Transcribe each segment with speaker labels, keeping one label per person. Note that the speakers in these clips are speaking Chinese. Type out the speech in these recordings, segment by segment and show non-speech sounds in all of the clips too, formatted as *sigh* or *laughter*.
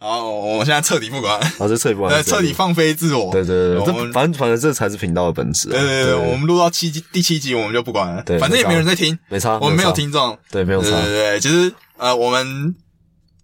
Speaker 1: 好，我我现在彻底不管，
Speaker 2: 好，这彻底不
Speaker 1: 呃，*laughs*
Speaker 2: 完，
Speaker 1: 彻底放飞自我。
Speaker 2: 对对对，
Speaker 1: 我
Speaker 2: 这
Speaker 1: 们
Speaker 2: 反正反正这才是频道的本质啊。
Speaker 1: 对对对，
Speaker 2: 对，
Speaker 1: 我们录到七集第七集，我们就不管了，
Speaker 2: 对
Speaker 1: 反正也没有人在听，
Speaker 2: 没差，
Speaker 1: 我们没有
Speaker 2: 差，
Speaker 1: 听众。
Speaker 2: 对，没有
Speaker 1: 对
Speaker 2: 差
Speaker 1: 对，对，其实呃，我们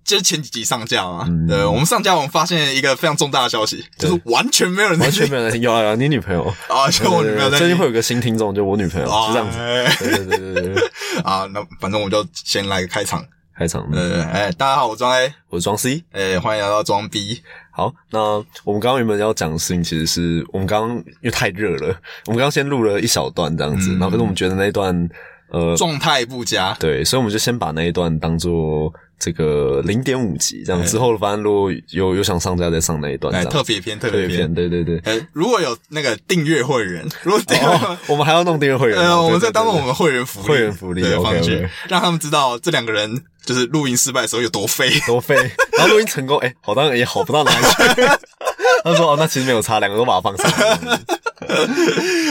Speaker 1: 就是前几集上架嘛，
Speaker 2: 嗯
Speaker 1: 对，我们上架，我们发现一个非常重大的消息，就
Speaker 2: 对
Speaker 1: 是完全没有人在
Speaker 2: 完全
Speaker 1: 听
Speaker 2: 没有人听。有啊，有啊你女朋
Speaker 1: *laughs*
Speaker 2: 友，
Speaker 1: 啊，就我女朋友在
Speaker 2: 最近
Speaker 1: 听
Speaker 2: 会有个新听众，就我女朋友，
Speaker 1: 啊
Speaker 2: 就这样子。
Speaker 1: 哎
Speaker 2: 对对对对对，
Speaker 1: 啊，那反正我就先来个开场。*laughs*
Speaker 2: 开场了，
Speaker 1: 呃，哎，大家好，我装 A，
Speaker 2: 我是庄 C。
Speaker 1: 哎，欢迎来到装逼。
Speaker 2: 好，那我们刚刚原本要讲的事情，其实是我们刚刚因为太热了，我们刚刚先录了一小段这样子，
Speaker 1: 嗯
Speaker 2: 然后可是我们觉得那一段呃，
Speaker 1: 状态不佳，
Speaker 2: 对，所以我们就先把那一段当做这个零点五集，这样
Speaker 1: 哎
Speaker 2: 之后反正如果有有想上架再上那一段，
Speaker 1: 哎，
Speaker 2: 这
Speaker 1: 特
Speaker 2: 样
Speaker 1: 别篇，特
Speaker 2: 特
Speaker 1: 别
Speaker 2: 别
Speaker 1: 篇
Speaker 2: 篇，。对对对。
Speaker 1: 呃，如果有那个订阅会员，如果订阅会员呃
Speaker 2: 哦，我们还要弄订阅会员啊，
Speaker 1: 呃，我
Speaker 2: 对
Speaker 1: 们
Speaker 2: 对
Speaker 1: 再当做
Speaker 2: 对
Speaker 1: 我们会员福利，
Speaker 2: 会员福利
Speaker 1: 对，
Speaker 2: OK，
Speaker 1: 放进去
Speaker 2: OK
Speaker 1: 让他们知道这两个人就是录音失败的时候有多
Speaker 2: *laughs*
Speaker 1: 废。
Speaker 2: 多费，然后录音成功，哎、好当然也好不到哪里去。 *laughs* 他说哦，那其实没有差，两个都把它放上来。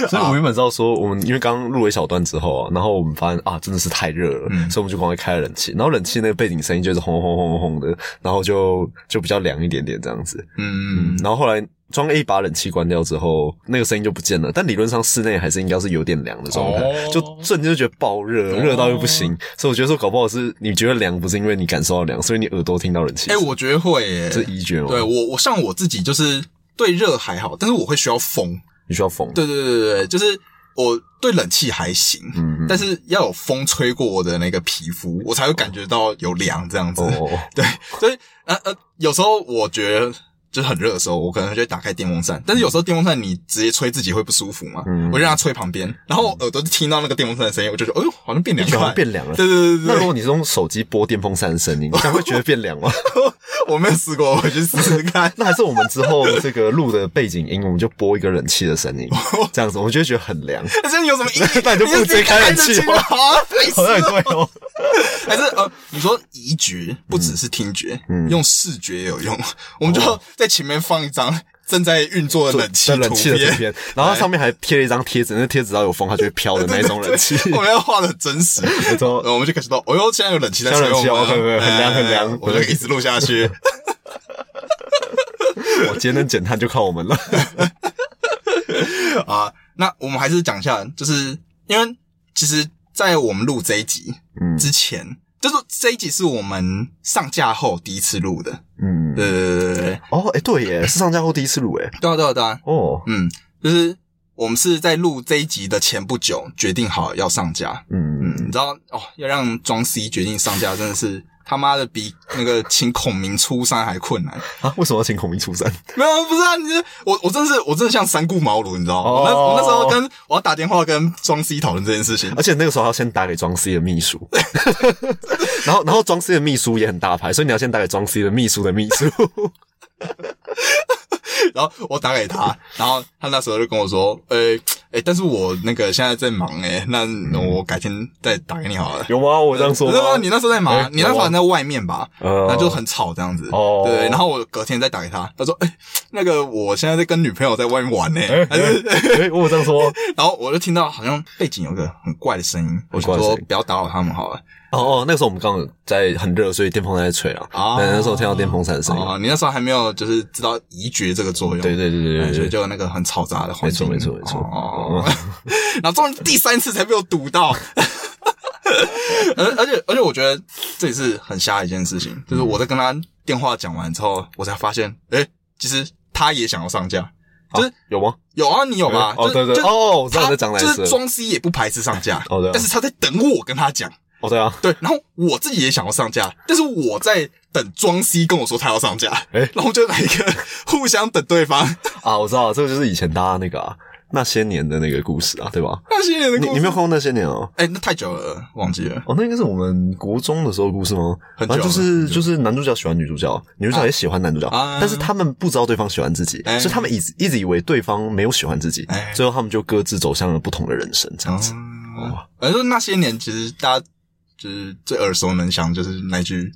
Speaker 2: 所以我原本知道说，我们因为刚刚录了一小段之后啊，然后我们发现啊，真的是太热了，
Speaker 1: 嗯
Speaker 2: 所以我们就赶快开了冷气，然后冷气那个背景声音就是轰轰轰轰轰的，然后就就比较凉一点点这样子。
Speaker 1: 嗯，
Speaker 2: 然后后来装 A 把冷气关掉之后，那个声音就不见了。但理论上室内还是应该是有点凉的状态，
Speaker 1: 哦
Speaker 2: 就瞬间就觉得爆热，
Speaker 1: 哦
Speaker 2: 热到又不行。所以我觉得说，搞不好是你觉得凉，不是因为你感受到凉，所以你耳朵听到冷气
Speaker 1: 哎，
Speaker 2: 声。
Speaker 1: 我觉得会耶，
Speaker 2: 这一绝吗？
Speaker 1: 对，我我像我自己就是对热还好，但是我会需要风。
Speaker 2: 你需要缝。
Speaker 1: 对对对对对，就是我对冷气还行，
Speaker 2: 嗯，嗯
Speaker 1: 但是要有风吹过我的那个皮肤，我才会感觉到有凉这样子。
Speaker 2: 哦，
Speaker 1: 对， *laughs* 所以呃呃，有时候我觉得就是很热的时候，我可能就会打开电风扇，但是有时候电风扇你直接吹自己会不舒服嘛，
Speaker 2: 嗯
Speaker 1: 我就让它吹旁边，然后我耳朵就听到那个电风扇的声音，我就觉得哎呦，好像变凉
Speaker 2: 觉得好
Speaker 1: 快，
Speaker 2: 像变凉了。
Speaker 1: 对对对对
Speaker 2: 那如
Speaker 1: 对，
Speaker 2: 果你是用手机播电风扇的声
Speaker 1: *laughs*
Speaker 2: 音，你会觉得变凉吗？。
Speaker 1: 我没有试过，我去试试看
Speaker 2: *laughs* 那还是我们之后这个录的背景音，我们就播一个冷气的声
Speaker 1: *laughs*
Speaker 2: 音，这样子，我就会觉得很凉。
Speaker 1: 但是你有什么意义？
Speaker 2: 那你就不
Speaker 1: 直接
Speaker 2: 直接开冷
Speaker 1: 冷
Speaker 2: 气
Speaker 1: 气
Speaker 2: 吗
Speaker 1: 好啊，累死
Speaker 2: 好像也
Speaker 1: 了。
Speaker 2: *laughs* 对哦。
Speaker 1: *laughs* 还是呃，你说移觉不只是听觉，
Speaker 2: 嗯
Speaker 1: 用视觉也有用。我们就在前面放一张正在运作的冷气
Speaker 2: 的冷气的
Speaker 1: 图
Speaker 2: 图
Speaker 1: 片，
Speaker 2: 片，然后它上面还贴了一张贴纸，那贴纸只要有风，它就会飘的那种冷气。
Speaker 1: *laughs* 我们要画的真实。
Speaker 2: 没错
Speaker 1: 然后我们就感觉到，哦呦，现在有冷气在
Speaker 2: 现
Speaker 1: 吹
Speaker 2: 在有冷气
Speaker 1: 我们
Speaker 2: 哦
Speaker 1: 哎
Speaker 2: ，OK，OK，很凉很凉
Speaker 1: 我就一直录下
Speaker 2: *laughs*
Speaker 1: 去。
Speaker 2: 我节能减碳就靠我们了。
Speaker 1: 啊，那我们还是讲一下，就是因为其实，在我们录这一集
Speaker 2: 嗯
Speaker 1: 之前，就是这一集是我们上架后第一次录的。
Speaker 2: 嗯，
Speaker 1: 对对对对对，
Speaker 2: 哦，哎，对耶，是上架后第一次录哎。
Speaker 1: 对啊对啊对啊，
Speaker 2: 哦，
Speaker 1: 嗯，就是我们是在录这一集的前不久决定好要上架。嗯，
Speaker 2: 嗯，
Speaker 1: 你知道哦，要让庄 C 决定上架，真的是他妈的比那个请孔明出山还困难。
Speaker 2: 啊，为什么要请孔明出山？
Speaker 1: 没有，不是啊，你这我我真的是我真的像三顾茅庐，你知道吗？
Speaker 2: 哦
Speaker 1: 我那我那时候跟我要打电话跟庄 C 讨论这件事
Speaker 2: *laughs*
Speaker 1: 情。
Speaker 2: 而且那个时候还要先打给庄 C 的秘书，然后然后庄 C 的秘书也很大牌，所以你要先打给庄 C 的秘书的秘书。
Speaker 1: 然后我打给他，然后他那时候就跟我说：“呃、诶，但是我那个现在在忙诶、那我改天再打给你好了。”
Speaker 2: 有吗？我这样说
Speaker 1: 对啊，
Speaker 2: 吗？
Speaker 1: 你那时候在忙，
Speaker 2: 诶
Speaker 1: 你那时候还在外面吧？
Speaker 2: 呃
Speaker 1: 那就很吵这样子。
Speaker 2: 哦
Speaker 1: 对，然后我隔天再打给他，他说：“哎、那个我现在在跟女朋友在外面玩呢、
Speaker 2: 哎
Speaker 1: 还是
Speaker 2: 哎，我有这样说吗。
Speaker 1: 然后我就听到好像背景有个很怪的声音，我
Speaker 2: 很
Speaker 1: 想
Speaker 2: 怪的声音
Speaker 1: 说不要打扰他们好了。
Speaker 2: 哦哦，那个时候我们刚好在很热，所以电风扇在吹啊。
Speaker 1: 哦
Speaker 2: 对，那时候听到电风扇的声音。
Speaker 1: 哦，你那时候还没有就是知道移觉这个作用，
Speaker 2: 对对对对
Speaker 1: 哎
Speaker 2: 对
Speaker 1: 所
Speaker 2: 对
Speaker 1: 以。就有那个很嘈杂的环
Speaker 2: 没
Speaker 1: 境，
Speaker 2: 错，没错，没错。嗯
Speaker 1: 哦，然后终于第三次才被我堵到， *laughs* 而而且而且我觉得这也是很瞎的一件事
Speaker 2: 嗯
Speaker 1: 情，就是我在跟他电话讲完之后，我才发现，哎、其实他也想要上架，*laughs*
Speaker 2: 啊
Speaker 1: 就是
Speaker 2: 有吗？
Speaker 1: 有啊，你有吧？
Speaker 2: 哦，
Speaker 1: 就
Speaker 2: 对对，
Speaker 1: 就
Speaker 2: 对哦，我知道
Speaker 1: 他
Speaker 2: 你在讲哪一
Speaker 1: 就是
Speaker 2: 次。
Speaker 1: 装 C 也不排斥上架，
Speaker 2: 哦对啊
Speaker 1: 但是他在等我跟他讲，*laughs*
Speaker 2: 哦，对啊，
Speaker 1: 对，然后我自己也想要上架，但是我在等装 C 跟我说他要上架，
Speaker 2: 哎
Speaker 1: 然后就来一个互相等对方。
Speaker 2: 啊，我知道，这个就是以前大家那个啊那些年的那个故事啊，对吧？
Speaker 1: 那些年的
Speaker 2: 你
Speaker 1: 故
Speaker 2: 你没有
Speaker 1: 事，
Speaker 2: 看过那些年哦？
Speaker 1: 哎、那太久了，忘记了。
Speaker 2: 哦，那应该是我们国中的时候的故事吗？
Speaker 1: 很
Speaker 2: 反
Speaker 1: 久
Speaker 2: 正
Speaker 1: 了
Speaker 2: 就是就是男主角喜欢女主角，女主角也喜欢男主角，
Speaker 1: 啊
Speaker 2: 但是他们不知道对方喜欢自己，
Speaker 1: 哎
Speaker 2: 所以他们一直一直以为对方没有喜欢自己
Speaker 1: 哎，
Speaker 2: 最后他们就各自走向了不同的人生，这样子。
Speaker 1: 哦，反正那些年，其实大家就是最耳熟能详，就是那句。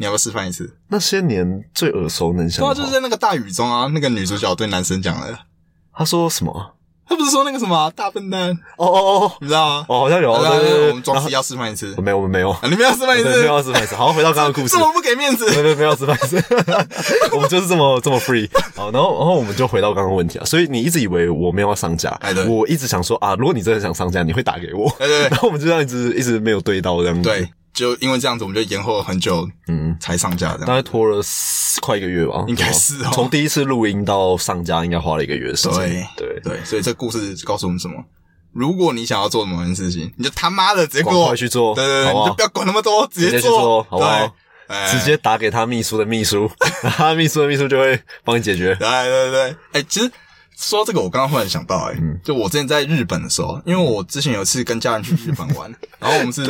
Speaker 1: 你要不要示范一次？
Speaker 2: 那些年最耳熟能详
Speaker 1: 对
Speaker 2: 的哦
Speaker 1: 啊，
Speaker 2: 话，
Speaker 1: 就是在那个大雨中啊，那个女主角对男生讲的，
Speaker 2: 他说什么？
Speaker 1: 他不是说那个什么啊大笨蛋，
Speaker 2: 哦哦哦
Speaker 1: 你知道吗？
Speaker 2: 哦，好像有，
Speaker 1: 好啦
Speaker 2: 对对对，
Speaker 1: 啊我们装
Speaker 2: 然
Speaker 1: 死要示范一次
Speaker 2: 后，没有，我们没有，
Speaker 1: 啊，你们要示范一
Speaker 2: 对，
Speaker 1: 次，
Speaker 2: 没
Speaker 1: *laughs*
Speaker 2: 有吃饭吃，好像回到刚刚的故事
Speaker 1: 这。么不给
Speaker 2: *laughs*
Speaker 1: 面子，
Speaker 2: 没没没有吃饭吃，我们就是这么这么 free。好，然后然后我们就回到刚刚的问题啊，所以你一直以为我没有要上架
Speaker 1: 哎对，
Speaker 2: 我一直想说啊，如果你真的想上架，你会打给我。 *laughs*
Speaker 1: 对对对
Speaker 2: 然后我们就这样一直一直没有对到这样子。
Speaker 1: 对，就因为这样子，我们就延后了很久，嗯，才上架这
Speaker 2: 大
Speaker 1: 样。
Speaker 2: 概拖了四快一个月吧，
Speaker 1: 应该是哦
Speaker 2: 从第一次录音到上架，应该花了一个月的时
Speaker 1: 对
Speaker 2: 间。对
Speaker 1: 对，所以这故事告诉我们什么？如果你想要做某件事情，你就他妈的直接给
Speaker 2: 赶
Speaker 1: 我
Speaker 2: 快去做
Speaker 1: 对对对，
Speaker 2: 好不
Speaker 1: 你
Speaker 2: 好
Speaker 1: 就不要管那么多，直
Speaker 2: 直接
Speaker 1: 接
Speaker 2: 去做，好不
Speaker 1: 对
Speaker 2: 好？？
Speaker 1: 哎
Speaker 2: 直接打给他秘书的秘书， *laughs* 他秘书的秘书就会帮你解决。
Speaker 1: 对对对，哎、其实说到这个，我刚刚忽然想到、哎、
Speaker 2: 嗯
Speaker 1: 就我之前在日本的时候，因为我之前有一次跟家人去日本
Speaker 2: *laughs*
Speaker 1: 玩，然后我们是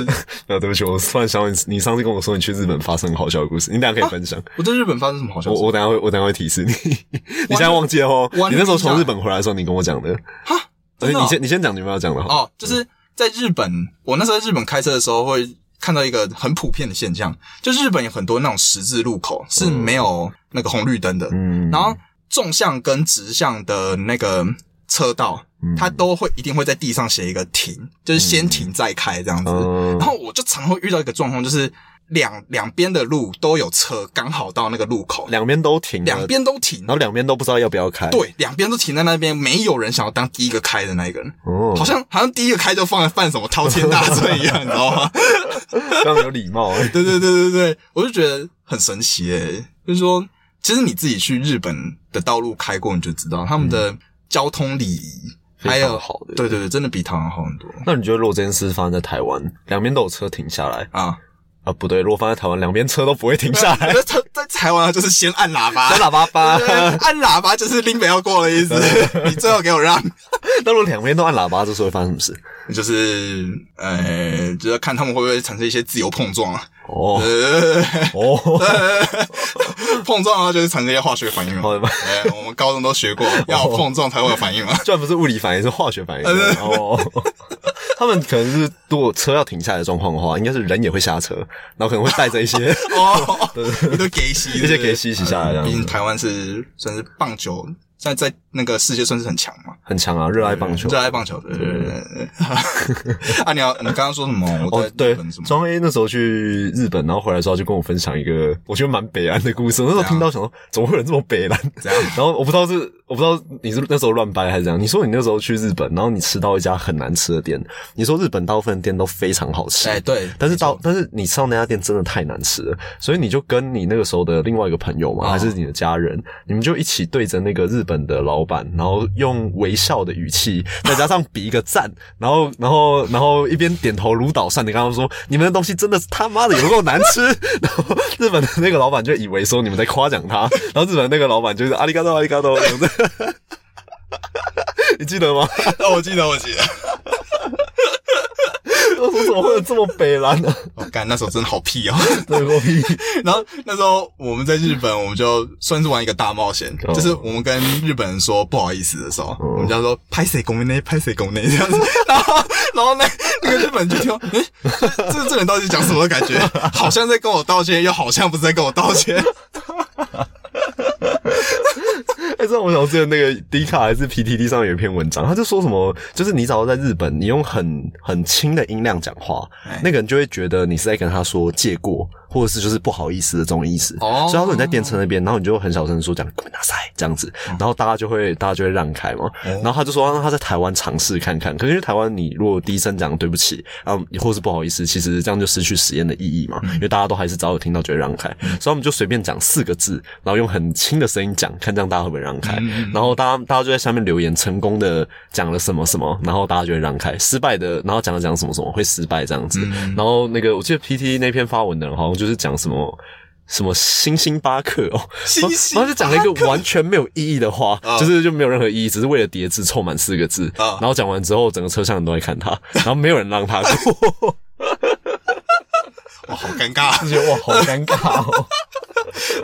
Speaker 2: 啊，对不起，我突然想到你，你上次跟我说你去日本发生好笑的故事，你等一下可以分享。
Speaker 1: 我对日本啊发生什么好笑
Speaker 2: 我
Speaker 1: 的事？
Speaker 2: 我等一下会我等一下会提示你， *laughs* 你现在忘记了哦。
Speaker 1: 完全
Speaker 2: 你那时候从日本回来的时候，你跟我讲的。
Speaker 1: 哈，
Speaker 2: 而
Speaker 1: 真
Speaker 2: 且
Speaker 1: 的哦
Speaker 2: 你先你先讲你们要讲的好。
Speaker 1: 哦，就是在日本，我那时候在日本开车的时候会看到一个很普遍的现象，就日本有很多那种十字路口是没有那个红绿灯的，
Speaker 2: 嗯，
Speaker 1: 然后纵向跟直向的那个车道，
Speaker 2: 嗯
Speaker 1: 它都会一定会在地上写一个停，就是先停再开这样子。
Speaker 2: 嗯
Speaker 1: 然后我就常会遇到一个状况，就是两两边的路都有车，刚好到那个路口，
Speaker 2: 两哦边都停了，
Speaker 1: 两边都停
Speaker 2: 然，后两边都不知道要不要开。，
Speaker 1: 对，两边都停在那边，没有人想要当第一个开的那一个人，
Speaker 2: 哦，
Speaker 1: 好像好像第一个开就犯犯什么滔天大罪一样，你知道
Speaker 2: *laughs*
Speaker 1: 吗？
Speaker 2: 非常有礼貌。哎
Speaker 1: 对对对对对，我就觉得很神奇诶、就是说，其实你自己去日本的道路开过，你就知道他们的交通礼仪、
Speaker 2: 嗯非常
Speaker 1: 还有
Speaker 2: 好的
Speaker 1: 对对对，真的比台湾好很多
Speaker 2: 那你觉得如果这件事发生在台湾，两边都有车停下来 *laughs*
Speaker 1: 啊。
Speaker 2: 啊？不对，如果放在台湾，两边车都不会停下来，
Speaker 1: 在在在台湾就是先按喇叭
Speaker 2: 打， *laughs* 喇叭
Speaker 1: *laughs*
Speaker 2: 吧。
Speaker 1: 对按喇叭就是拎北要过的意思，你最后给我让，
Speaker 2: 那如果两边都按喇叭，这时候会发生什么事？
Speaker 1: 就是呃，就是要看他们会不会产生一些自由碰撞
Speaker 2: *laughs*
Speaker 1: 啊，
Speaker 2: 哦
Speaker 1: 呃， *laughs*
Speaker 2: 哦，
Speaker 1: 碰撞的话就是产生一些化学反应嘛。
Speaker 2: 好的吧。
Speaker 1: 哎，我们高中都学过，
Speaker 2: 哦
Speaker 1: 要有碰撞才会有反应
Speaker 2: *laughs*
Speaker 1: 嘛。
Speaker 2: 居然不是物理反应，是化学反应。
Speaker 1: 啊 *laughs*
Speaker 2: 哦，他们可能是如果车要停下来的状况的话，应该是人也会下车，然后可能会带着一些
Speaker 1: *laughs* 哦，嗯你都给洗，
Speaker 2: *laughs* 一些给吸洗下来这样
Speaker 1: 毕
Speaker 2: 子
Speaker 1: 竟台湾是算是棒球，在在那个世界算是很强嘛，
Speaker 2: 很强啊，热爱棒球
Speaker 1: 热。爱棒球的。对对对对对 *laughs* 啊，你要你刚刚说什么？我
Speaker 2: 哦
Speaker 1: 在，日
Speaker 2: 对
Speaker 1: 本什，么？
Speaker 2: 庄 A 那时候去日本，然后回来之后就跟我分享一个我觉得蛮北蓝的故事。我那
Speaker 1: 啊
Speaker 2: 时候听到想说，怎么会有人这么北蓝？
Speaker 1: 怎样？
Speaker 2: *laughs* 然后我不知道是我不知道你是那时候乱掰还是怎样。你说你那时候去日本，然后你吃到一家很难吃的店，你说日本大部分店都非常好吃，
Speaker 1: 哎，对，
Speaker 2: 但是到但是你上那家店真的太难吃了，所以你就跟你那个时候的另外一个朋友嘛，
Speaker 1: 哦
Speaker 2: 还是你的家人，你们就一起对着那个日本的老板，然后用微笑的语 *laughs* 气，再加上比一个赞，然后然后然后一边点头如捣蒜的跟他说：“你们的东西真的是他妈的有够难 *laughs* 吃。”然后日本的那个老板就以为说你们在夸奖他，然后日本的那个老板就是阿里嘎多阿里嘎多，这样子 *laughs* 你记得吗？
Speaker 1: *laughs*
Speaker 2: *laughs*
Speaker 1: 哦我记得，我记得。
Speaker 2: 我说怎么会有这么北蓝啊呢、
Speaker 1: 我干，那时候真的好屁哦。
Speaker 2: 对，我屁。
Speaker 1: *laughs* 然后那时候我们在日本，我们就算是玩一个大冒险，
Speaker 2: 哦
Speaker 1: 就是我们跟日本人说不好意思的时候，我们就要说拍谁公内，拍谁公内这样子。然后，然后那那个日本人就听到，诶、这这这人到底讲什么的感觉？好像在跟我道歉，又好像不是在跟我道歉。
Speaker 2: 哎、这让我想到之前那个迪卡还是 PTT 上有一篇文章，他就说什么，就是你只要在日本，你用很很轻的音量讲话，那个人就会觉得你是在跟他说借过，或者是就是不好意思的这种意思。
Speaker 1: 哦
Speaker 2: 所以他说你在电车那边，然后你就很小声地说讲“滚大啊塞”这样子，然后大家就会大家就会让开嘛。然后他就说让啊他在台湾尝试看看，可是因为台湾你如果低声讲对不起，啊，或是不好意思，其实这样就失去实验的意义嘛，因为大家都还是早有听到就会让开，所以我们就随便讲四个字，然后用很轻的声音讲，看这样大家会不会让开。然后大家大家就在下面留言，成功的讲了什么什么，然后大家就会让开；失败的，然后讲了讲什么什么会失败这样子。然后那个我记得 PT 那篇发文的人好像就是讲什么。什么星星巴克哦，
Speaker 1: 星星
Speaker 2: 然后就讲了一个完全没有意义的话，
Speaker 1: 啊
Speaker 2: 就是就没有任何意义，只是为了叠字凑满四个字。
Speaker 1: 啊
Speaker 2: 然后讲完之后，整个车厢人都在看他， *laughs* 然后没有人让他过，
Speaker 1: 哇，好尴尬！
Speaker 2: 就觉得哇，好尴尬哦，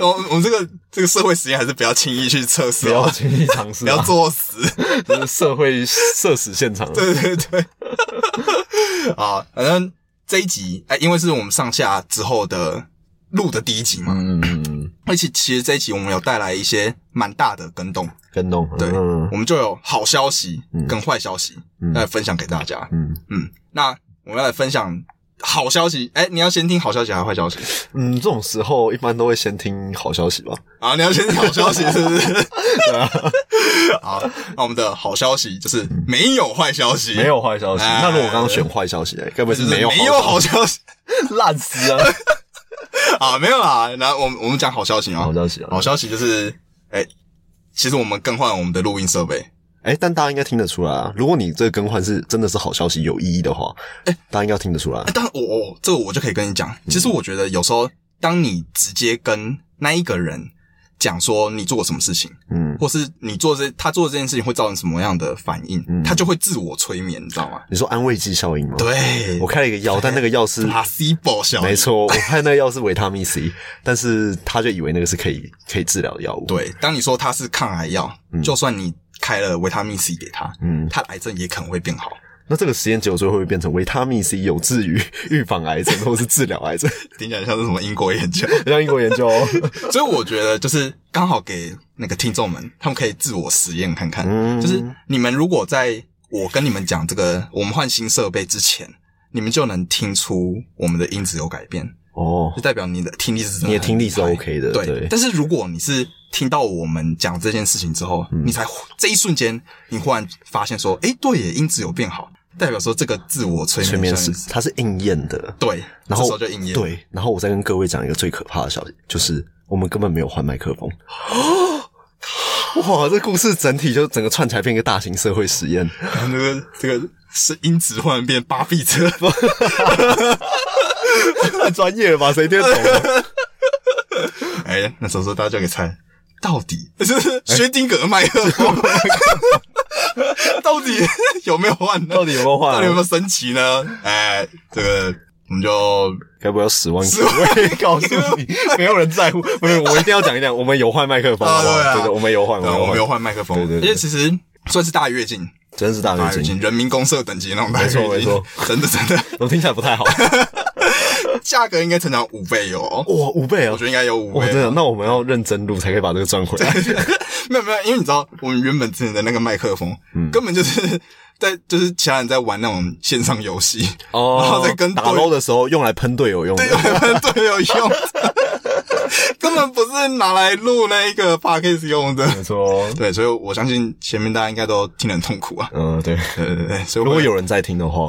Speaker 1: 我我们这个这个社会实验还是不要轻易去测试
Speaker 2: 不要
Speaker 1: 哦，
Speaker 2: 轻易尝试
Speaker 1: 不要
Speaker 2: 啊，
Speaker 1: 作死。 *laughs*
Speaker 2: 就是社会社死现场。
Speaker 1: 对对对，啊，反正这一集哎、因为是我们上下之后的录的第一集嘛。
Speaker 2: 嗯嗯嗯，
Speaker 1: 而且其实这一集我们有带来一些蛮大的跟动，
Speaker 2: 跟动，
Speaker 1: 对
Speaker 2: 嗯
Speaker 1: 我们就有好消息
Speaker 2: 嗯
Speaker 1: 跟坏消息
Speaker 2: 嗯
Speaker 1: 来分享给大家。
Speaker 2: 嗯
Speaker 1: 嗯，那我们要来分享好消息。哎、你要先听好消息还是坏消息？
Speaker 2: 嗯，这种时候一般都会先听好消息吧。
Speaker 1: 啊，你要先听好
Speaker 2: *laughs*
Speaker 1: 消息是不是？ *laughs* 好，那我们的好消息就是没有坏消息，
Speaker 2: 嗯没有坏消息，
Speaker 1: 哎
Speaker 2: 那如果我刚刚选坏消息，哎该不会
Speaker 1: 就是是
Speaker 2: 啊没有
Speaker 1: 没有好
Speaker 2: 消
Speaker 1: 消
Speaker 2: 息
Speaker 1: 息 *laughs*
Speaker 2: *laughs* 烂死啊？
Speaker 1: 啊，没有啦。然后我们我们讲好消息啊
Speaker 2: 好，消息啊
Speaker 1: 好！消息就是，哎、其实我们更换了我们的录音设备。
Speaker 2: 哎，但大家应该听得出来啊。如果你这个更换是真的是好消息、有意义的话，
Speaker 1: 哎
Speaker 2: 大家应该听得出来
Speaker 1: 啊。但我我这个我就可以跟你讲，其实我觉得有时候当你直接跟那一个人讲说你做了什么事情，
Speaker 2: 嗯，
Speaker 1: 或是你做这他做这件事情会造成什么样的反应，
Speaker 2: 嗯
Speaker 1: 他就会自我催眠，你知道吗？
Speaker 2: 你说安慰剂效应吗？，
Speaker 1: 对
Speaker 2: 我开了一个药，但那个
Speaker 1: *laughs*
Speaker 2: 药是。
Speaker 1: ，placebo 效
Speaker 2: 嗯没
Speaker 1: 应。
Speaker 2: 错，我开那个药是维他命 C，但是他就以为那个是可以可以治疗的药物。，
Speaker 1: 对，当你说它是抗癌药，就算你开了维他命 C 给他，
Speaker 2: 嗯，
Speaker 1: 他的癌症也可能会变好。
Speaker 2: 那这个实验结果最后会不会变成维他命 C 有治于 *laughs* 预防癌症或是治疗癌症？ *laughs*
Speaker 1: 听起来像是什么英国研究，
Speaker 2: 像英国研究、哦，
Speaker 1: 所以我觉得就是刚好给那个听众们，他们可以自我实验看看。
Speaker 2: 嗯
Speaker 1: 就是你们如果在我跟你们讲这个我们换新设备之前，你们就能听出我们的音质有改变，*laughs*
Speaker 2: 哦，
Speaker 1: 就代表你的听力是真的
Speaker 2: 你的听力是
Speaker 1: 很厉害
Speaker 2: OK 的，
Speaker 1: 对，
Speaker 2: 对，
Speaker 1: 但是如果你是听到我们讲这件事情之
Speaker 2: 嗯
Speaker 1: 后，你才忽这一瞬间，你忽然发现说，诶，对耶，音质有变好，代表说这个自我催
Speaker 2: 催
Speaker 1: 眠
Speaker 2: 眠
Speaker 1: 效
Speaker 2: 是
Speaker 1: 应
Speaker 2: 它是应验的。
Speaker 1: 对，
Speaker 2: 然
Speaker 1: 这时
Speaker 2: 后
Speaker 1: 候就应验。， *laughs*
Speaker 2: 对，然后我再跟各位讲一个最可怕的消息，就是我们根本没有换麦克风。
Speaker 1: 哦
Speaker 2: *gasps* 哇，这故事整体就整个串起来变一个大型社会实验。
Speaker 1: 然后这个这个是音质忽然变八比车，
Speaker 2: 太专业了吧？谁听得懂、啊？
Speaker 1: 哎，那时候说大家就可以猜，到底是薛定谔麦
Speaker 2: *laughs*
Speaker 1: 克风，到底有没有换呢？
Speaker 2: *laughs* 到底有没有换、
Speaker 1: 到底有没
Speaker 2: 啊？
Speaker 1: 有升级呢？哎，这个我们就
Speaker 2: 该不要十万个？我也告诉 *laughs* 你，没有人在乎。不是，我一定要讲一讲，我们有换麦克风，
Speaker 1: 啊
Speaker 2: 好不好
Speaker 1: 对啊
Speaker 2: 对的，我们有换，
Speaker 1: 对我们
Speaker 2: 们
Speaker 1: 又
Speaker 2: 有换，
Speaker 1: 换麦克风，
Speaker 2: 对对
Speaker 1: 因
Speaker 2: 对
Speaker 1: 为其实算是大跃进，
Speaker 2: 真是大
Speaker 1: 大
Speaker 2: 明
Speaker 1: 跃
Speaker 2: 星
Speaker 1: 进，。人民公社等级那种大跃进，
Speaker 2: 没错没，
Speaker 1: 真的真的，
Speaker 2: 我听起来不
Speaker 1: *laughs*
Speaker 2: 太好。
Speaker 1: 价格应该成长五倍有哦，
Speaker 2: 哇，五倍啊
Speaker 1: 我觉！得应该有五
Speaker 2: 哇，
Speaker 1: 倍
Speaker 2: 真。的，那我们要认真录才可以把这个赚
Speaker 1: *laughs*
Speaker 2: 回来。
Speaker 1: 没有没有，因为你知道，我们原本之前的那个麦克风，
Speaker 2: 嗯
Speaker 1: 根本就是在就是其他人在玩那种线上游戏，
Speaker 2: 哦
Speaker 1: 然后再跟
Speaker 2: 打
Speaker 1: 队
Speaker 2: l 的时候用来喷队友
Speaker 1: *laughs*
Speaker 2: 用的。
Speaker 1: 队友用的，根本不是拿来录那一个 podcast 用的。
Speaker 2: 没错，
Speaker 1: 对，所以我相信前面大家应该都听得很痛苦啊。
Speaker 2: 嗯，对。
Speaker 1: 对对对对，所以
Speaker 2: 如
Speaker 1: 我
Speaker 2: 果有人在听
Speaker 1: *laughs*
Speaker 2: 的话，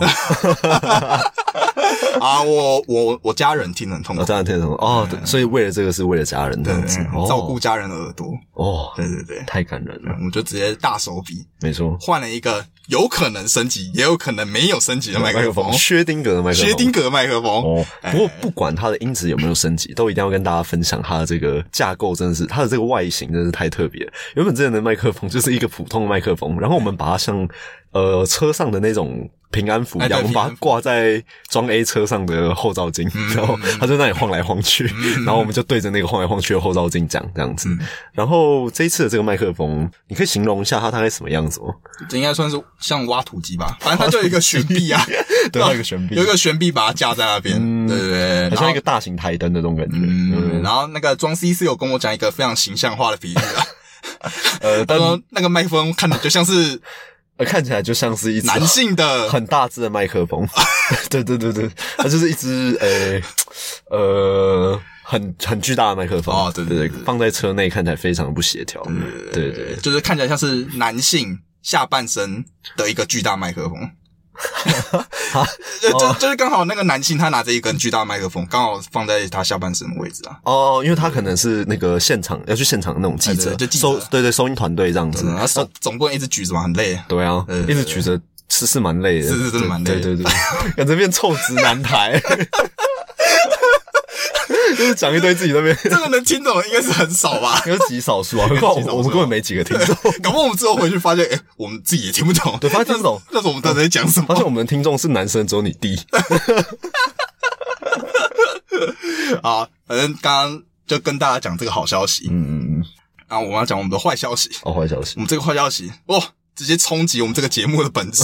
Speaker 1: 啊，我我我家人听得很痛苦
Speaker 2: 我，当然听得懂哦。对所以为了这个是为了家人这
Speaker 1: 对
Speaker 2: 样
Speaker 1: 对
Speaker 2: 子
Speaker 1: 对，，
Speaker 2: 哦
Speaker 1: 照顾家人的耳朵。
Speaker 2: 哦，
Speaker 1: 对对对，
Speaker 2: 太感人了，
Speaker 1: 我就直接大手笔
Speaker 2: 没错。
Speaker 1: 换了一个有可能升级，也有可能没有升级的麦克风， *laughs*
Speaker 2: 薛丁格的麦克风，
Speaker 1: 薛定谔麦克风。
Speaker 2: 哦。不过不管它的音质有没有升级，都一定要跟大家分享它的这个架构，真的是它的这个外形真的是太特别了。原本之前的麦克风就是一个普通的麦克风，然后我们把它像呃车上的那种。平安符一
Speaker 1: 哎对
Speaker 2: 样，我们把它挂在装 A 车上的后照镜，然后它就在那里晃来晃
Speaker 1: 嗯
Speaker 2: 去，然后我们就对着那个晃来晃去的后照镜讲这样子。然后这一次的这个麦克风，你可以形容一下它大概什么样子
Speaker 1: *laughs*
Speaker 2: 吗？
Speaker 1: 这应该算是像挖土机吧，反正它就有一个悬臂啊，
Speaker 2: *laughs* 对
Speaker 1: *laughs*
Speaker 2: 它有一个悬臂
Speaker 1: 有一个悬臂把它架在那边，对对对，然
Speaker 2: 很
Speaker 1: 后
Speaker 2: 像一个大型台灯的那种感觉。
Speaker 1: 嗯，然后那个庄 C 是有跟我讲一个非常形象化的比喻
Speaker 2: *laughs*
Speaker 1: 啊，
Speaker 2: 呃，
Speaker 1: 他
Speaker 2: 但
Speaker 1: 说那个麦克风看着就像是
Speaker 2: 呃看起来就像是一只
Speaker 1: 男性的，
Speaker 2: 很大只的麦克风， *laughs* 对对对对，它就是一只呃呃很很巨大的麦克风
Speaker 1: 哦对对对
Speaker 2: 对
Speaker 1: 对
Speaker 2: 放在车内看起来非常不协调，对对
Speaker 1: 对，就是看起来像是男性下半身的一个巨大麦克
Speaker 2: *laughs*
Speaker 1: 风。
Speaker 2: 啊
Speaker 1: 呃 *laughs* 就
Speaker 2: 哦
Speaker 1: 就是刚好那个男性他拿着一根巨大麦克风，刚好放在他下半身的位置啊，
Speaker 2: 哦，因为他可能是那个现场要去现场的那种记者，
Speaker 1: 哎对就记者
Speaker 2: 收对对收音团队这样子
Speaker 1: 然，后手总不能一直举着嘛，很累。
Speaker 2: 对啊，
Speaker 1: 对对
Speaker 2: 一直举着是是蛮累的，
Speaker 1: 是是真的蛮累的
Speaker 2: 对对对， *laughs* 对感觉变臭直男台， *laughs* 就是讲一堆自己那边。
Speaker 1: 这个能听懂的应该是很少吧
Speaker 2: *laughs* ？有极少
Speaker 1: *laughs*
Speaker 2: 数啊，我们我们根本没几个听众，
Speaker 1: 搞不好我们之后回去发现，哎、我们自己也听不懂，
Speaker 2: 对发现听不懂
Speaker 1: 那，那时候我们到底在讲什
Speaker 2: 发
Speaker 1: 么
Speaker 2: 现我们的听众是男生，只有你弟。哦
Speaker 1: 啊？反正刚刚就跟大家讲这个好消息，
Speaker 2: 嗯嗯嗯，
Speaker 1: 啊，我们要讲我们的坏消息。 *laughs*
Speaker 2: 哦，坏消息
Speaker 1: 我。们这个坏消息，哇，直接冲击我们这个节目的本质，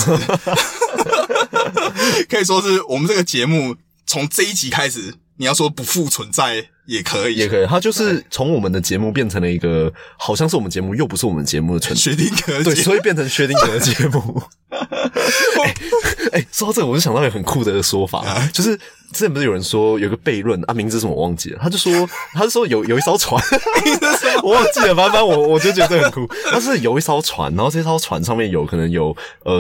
Speaker 1: *laughs* 可以说是我们这个节目从这一集开始，你要说不复存在也可以，
Speaker 2: 也可以。他就是从我们的节目变成了一个，好像是我们节目又不是我们节目的存在。
Speaker 1: 学定可
Speaker 2: 对，
Speaker 1: 解。
Speaker 2: 所以变成薛定谔的节 *laughs* 目。哎、哎说到这个，我就想到一个很酷的说法，就是之前不是有人说有个悖论啊，名字什么我忘记了，他就说他就说有有一艘船，我忘记了，反正我我就觉得很酷。他是有一艘船，然后这艘船上面有可能有呃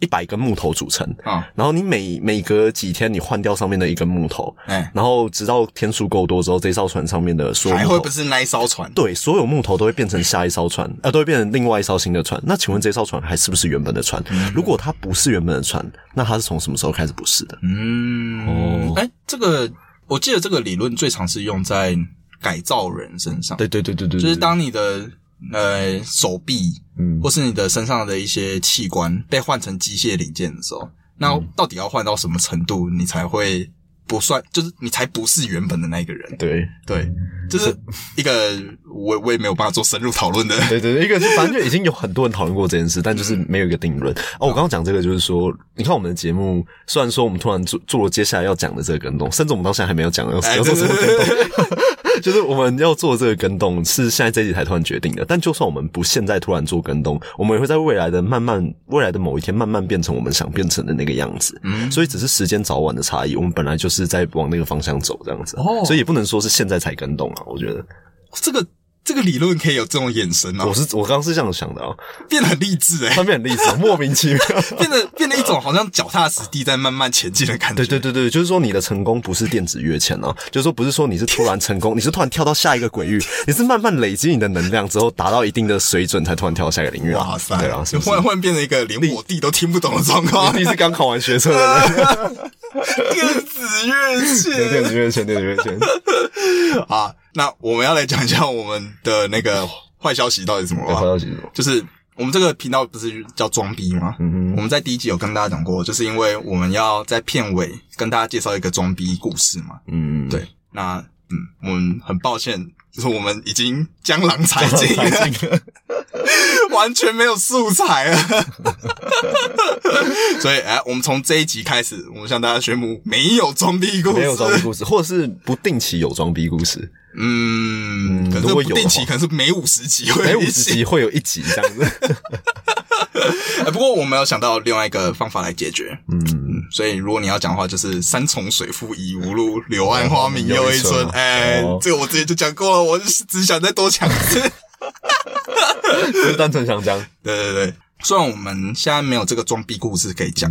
Speaker 2: 一百根木头组成，
Speaker 1: 嗯，
Speaker 2: 然后你每每隔几天你换掉上面的一根木头，
Speaker 1: 哎，
Speaker 2: 然后直到天数够多之后，这艘船上面的所有
Speaker 1: 还
Speaker 2: 木
Speaker 1: 会
Speaker 2: 头
Speaker 1: 不是那一艘船？
Speaker 2: 对，所有木头都会变成下一艘船，呃，都会变成另外一艘新的船。那请问这艘船还是不是原本的船？
Speaker 1: 嗯
Speaker 2: 如果它不是原本的船，那它是从什么时候开始不是的？
Speaker 1: 嗯，
Speaker 2: 哦
Speaker 1: 哎，这个我记得这个理论最常是用在改造人身上，
Speaker 2: 对对对对对，
Speaker 1: 就是当你的呃手臂
Speaker 2: 嗯
Speaker 1: 或是你的身上的一些器官被换成机械零件的时候，那
Speaker 2: 嗯
Speaker 1: 到底要换到什么程度，你才会不算，就是你才不是原本的那个人？
Speaker 2: 对
Speaker 1: 对，就是一个我我也没有办法做深入讨
Speaker 2: *laughs*
Speaker 1: 论的。
Speaker 2: 对对，对一个就反正就已经有很多人讨论过这件事，但就是没有一个定论。哦，我刚刚讲这个就是说，你看我们的节目，虽然说我们突然做做了接下来要讲的这个跟动，甚至我们到现在还没有讲要
Speaker 1: 哎
Speaker 2: 要做什么跟动。 *laughs* 就是我们要做这个跟动，是现在这一集才突然决定的。但就算我们不现在突然做跟动，我们也会在未来的慢慢、未来的某一天慢慢变成我们想变成的那个样子。
Speaker 1: 嗯
Speaker 2: 所以只是时间早晚的差异，我们本来就是在往那个方向走，这样子。
Speaker 1: 哦
Speaker 2: 所以也不能说是现在才跟动啊。我觉得
Speaker 1: 这个这个理论可以有这种眼神啊
Speaker 2: 我，是我刚刚是这样想的啊，
Speaker 1: 变得很励志
Speaker 2: *laughs*
Speaker 1: 哎、
Speaker 2: 他们很励志，莫名其妙。
Speaker 1: 变得变得一种好像脚踏实地在慢慢前进的感觉。
Speaker 2: *laughs* 对对对对，就是说你的成功不是电子跃迁啊，就是说不是说你是突然成功，你是突然跳到下一个轨域，你是慢慢累积你的能量之后达到一定的水准才突然跳到下一个领域啊。
Speaker 1: 哇塞
Speaker 2: 对啊，是
Speaker 1: 就
Speaker 2: 不是
Speaker 1: 换换变成一个连我弟都听不懂的状况，
Speaker 2: *laughs* 你是刚考完学测 *laughs* 的人，
Speaker 1: 电子乐器。
Speaker 2: 对电子跃迁，电子跃迁。 *laughs*
Speaker 1: 啊，那我们要来讲一下我们的那
Speaker 2: 嗯
Speaker 1: 个坏消息到底是什么
Speaker 2: 有好
Speaker 1: 了吧。
Speaker 2: 消息是吗？
Speaker 1: 就是我们这个频道不是叫装逼吗？
Speaker 2: 嗯
Speaker 1: 我们在第一集有跟大家讲过，就是因为我们要在片尾跟大家介绍一个装逼故事嘛。
Speaker 2: 嗯，
Speaker 1: 对，那嗯，我们很抱歉，就是我们已经江郎才尽了，
Speaker 2: 才进
Speaker 1: *laughs* 完全没有素材
Speaker 2: *laughs*
Speaker 1: 了。所以，哎，我们从这一集开始，我们向大家宣布没有装逼故事，
Speaker 2: 没有装逼 *laughs* 故事，或者是不定期有装逼故事，
Speaker 1: 嗯，
Speaker 2: 嗯
Speaker 1: 可是
Speaker 2: 如
Speaker 1: 不
Speaker 2: 果有的
Speaker 1: 定期，
Speaker 2: 话
Speaker 1: 可能是每五十集会
Speaker 2: 每
Speaker 1: 有
Speaker 2: 五
Speaker 1: 一
Speaker 2: 十
Speaker 1: 集。
Speaker 2: 集会有一集这样子。 *laughs*
Speaker 1: 哎不过我们有想到另外一个方法来解决，
Speaker 2: 嗯，
Speaker 1: 嗯所以如果你要讲的话，就是山重水复疑无路，柳暗花明又一村
Speaker 2: 哦。
Speaker 1: 哎、
Speaker 2: 哦
Speaker 1: 这个我之前就讲过了，我就是只想再多讲一次。 *laughs*
Speaker 2: 就是单纯想讲，
Speaker 1: 对对对，虽然我们现在没有这个装逼故事可以讲，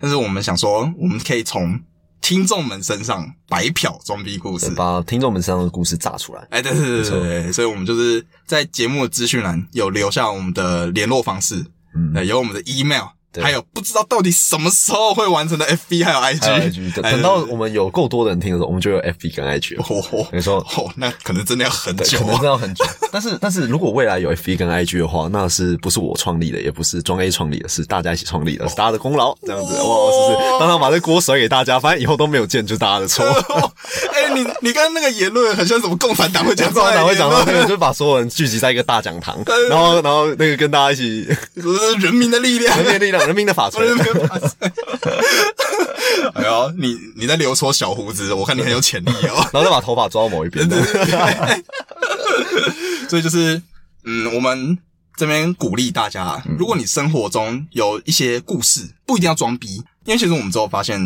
Speaker 1: 但是我们想说，我们可以从听众们身上白嫖装逼故事。
Speaker 2: 把听众们身上的故事炸出来。
Speaker 1: 哎，对对对对对，所以我们就是在节目的资讯栏有留下我们的联络方式，
Speaker 2: 嗯
Speaker 1: 呃，有我们的 email，
Speaker 2: 对
Speaker 1: 还有不知道到底什么时候会完成的 FB 还有 IG，,
Speaker 2: 还有 IG，等
Speaker 1: 哎
Speaker 2: 等到
Speaker 1: 对对
Speaker 2: 我们有够多的人听的时候，我们就有 FB 跟 IG *laughs* 了。
Speaker 1: 对哦
Speaker 2: 没错，
Speaker 1: 哦，那可能真的要很
Speaker 2: 对，
Speaker 1: 久
Speaker 2: 可能
Speaker 1: 啊
Speaker 2: 真的要很久。但是，但是如果未来有 FB 跟 IG 的话，那是不是我创立的，也不是庄 A 创立的，是大家一起创立
Speaker 1: 哦
Speaker 2: 的，是大家的功劳，这样子，
Speaker 1: 哇
Speaker 2: 哇，是不是？当然把这锅甩给大家，反正以后都没有见，就是大家
Speaker 1: *laughs*
Speaker 2: 的错。
Speaker 1: 哦哎、你你刚刚那个言论很像什么共产党会讲出
Speaker 2: *laughs* 共
Speaker 1: 来的
Speaker 2: 产党会讲到
Speaker 1: 言
Speaker 2: 那
Speaker 1: 论
Speaker 2: 个，就是把所有人聚集在一个大讲
Speaker 1: *laughs*
Speaker 2: 堂，然后，然后那个跟大家一起
Speaker 1: 就是人民的力量。 *laughs*
Speaker 2: 人民的力量，人民的法锤。
Speaker 1: 哎呦，你你在留撮小胡子，我看你很有潜力哦。
Speaker 2: 然后再把头发抓到某一
Speaker 1: *laughs*
Speaker 2: 边的，
Speaker 1: 所以就是，嗯，我们这边鼓励大家，如果你生活中有一些故事，不一定要装逼，因为其实我们之后发现，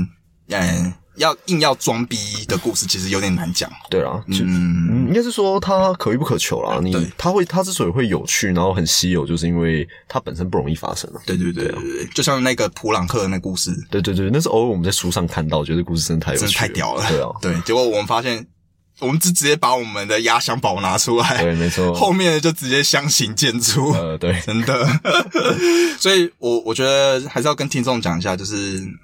Speaker 1: 嗯，要硬要装逼的故事其实有点难讲。
Speaker 2: 对啊，就
Speaker 1: 嗯，
Speaker 2: 嗯，应该是说它可遇不可求啦。
Speaker 1: 对
Speaker 2: 你它会，它之所以会有趣，然后很稀有，就是因为它本身不容易发生啊。
Speaker 1: 对对对对对，就像那个普朗克的那故事，
Speaker 2: 对对对，那是偶尔我们在书上看到，觉得故事真的太有
Speaker 1: 真
Speaker 2: 趣了，
Speaker 1: 是太屌了。*laughs*
Speaker 2: 对啊，
Speaker 1: 对，结果我们发现，我们就直接把我们的压箱宝拿出来，
Speaker 2: 对，哦没
Speaker 1: 后
Speaker 2: 错，
Speaker 1: 面的就直接相形见绌。
Speaker 2: 呃，对，
Speaker 1: 真的， *laughs* 所以我我觉得还是要跟听众讲一下，就是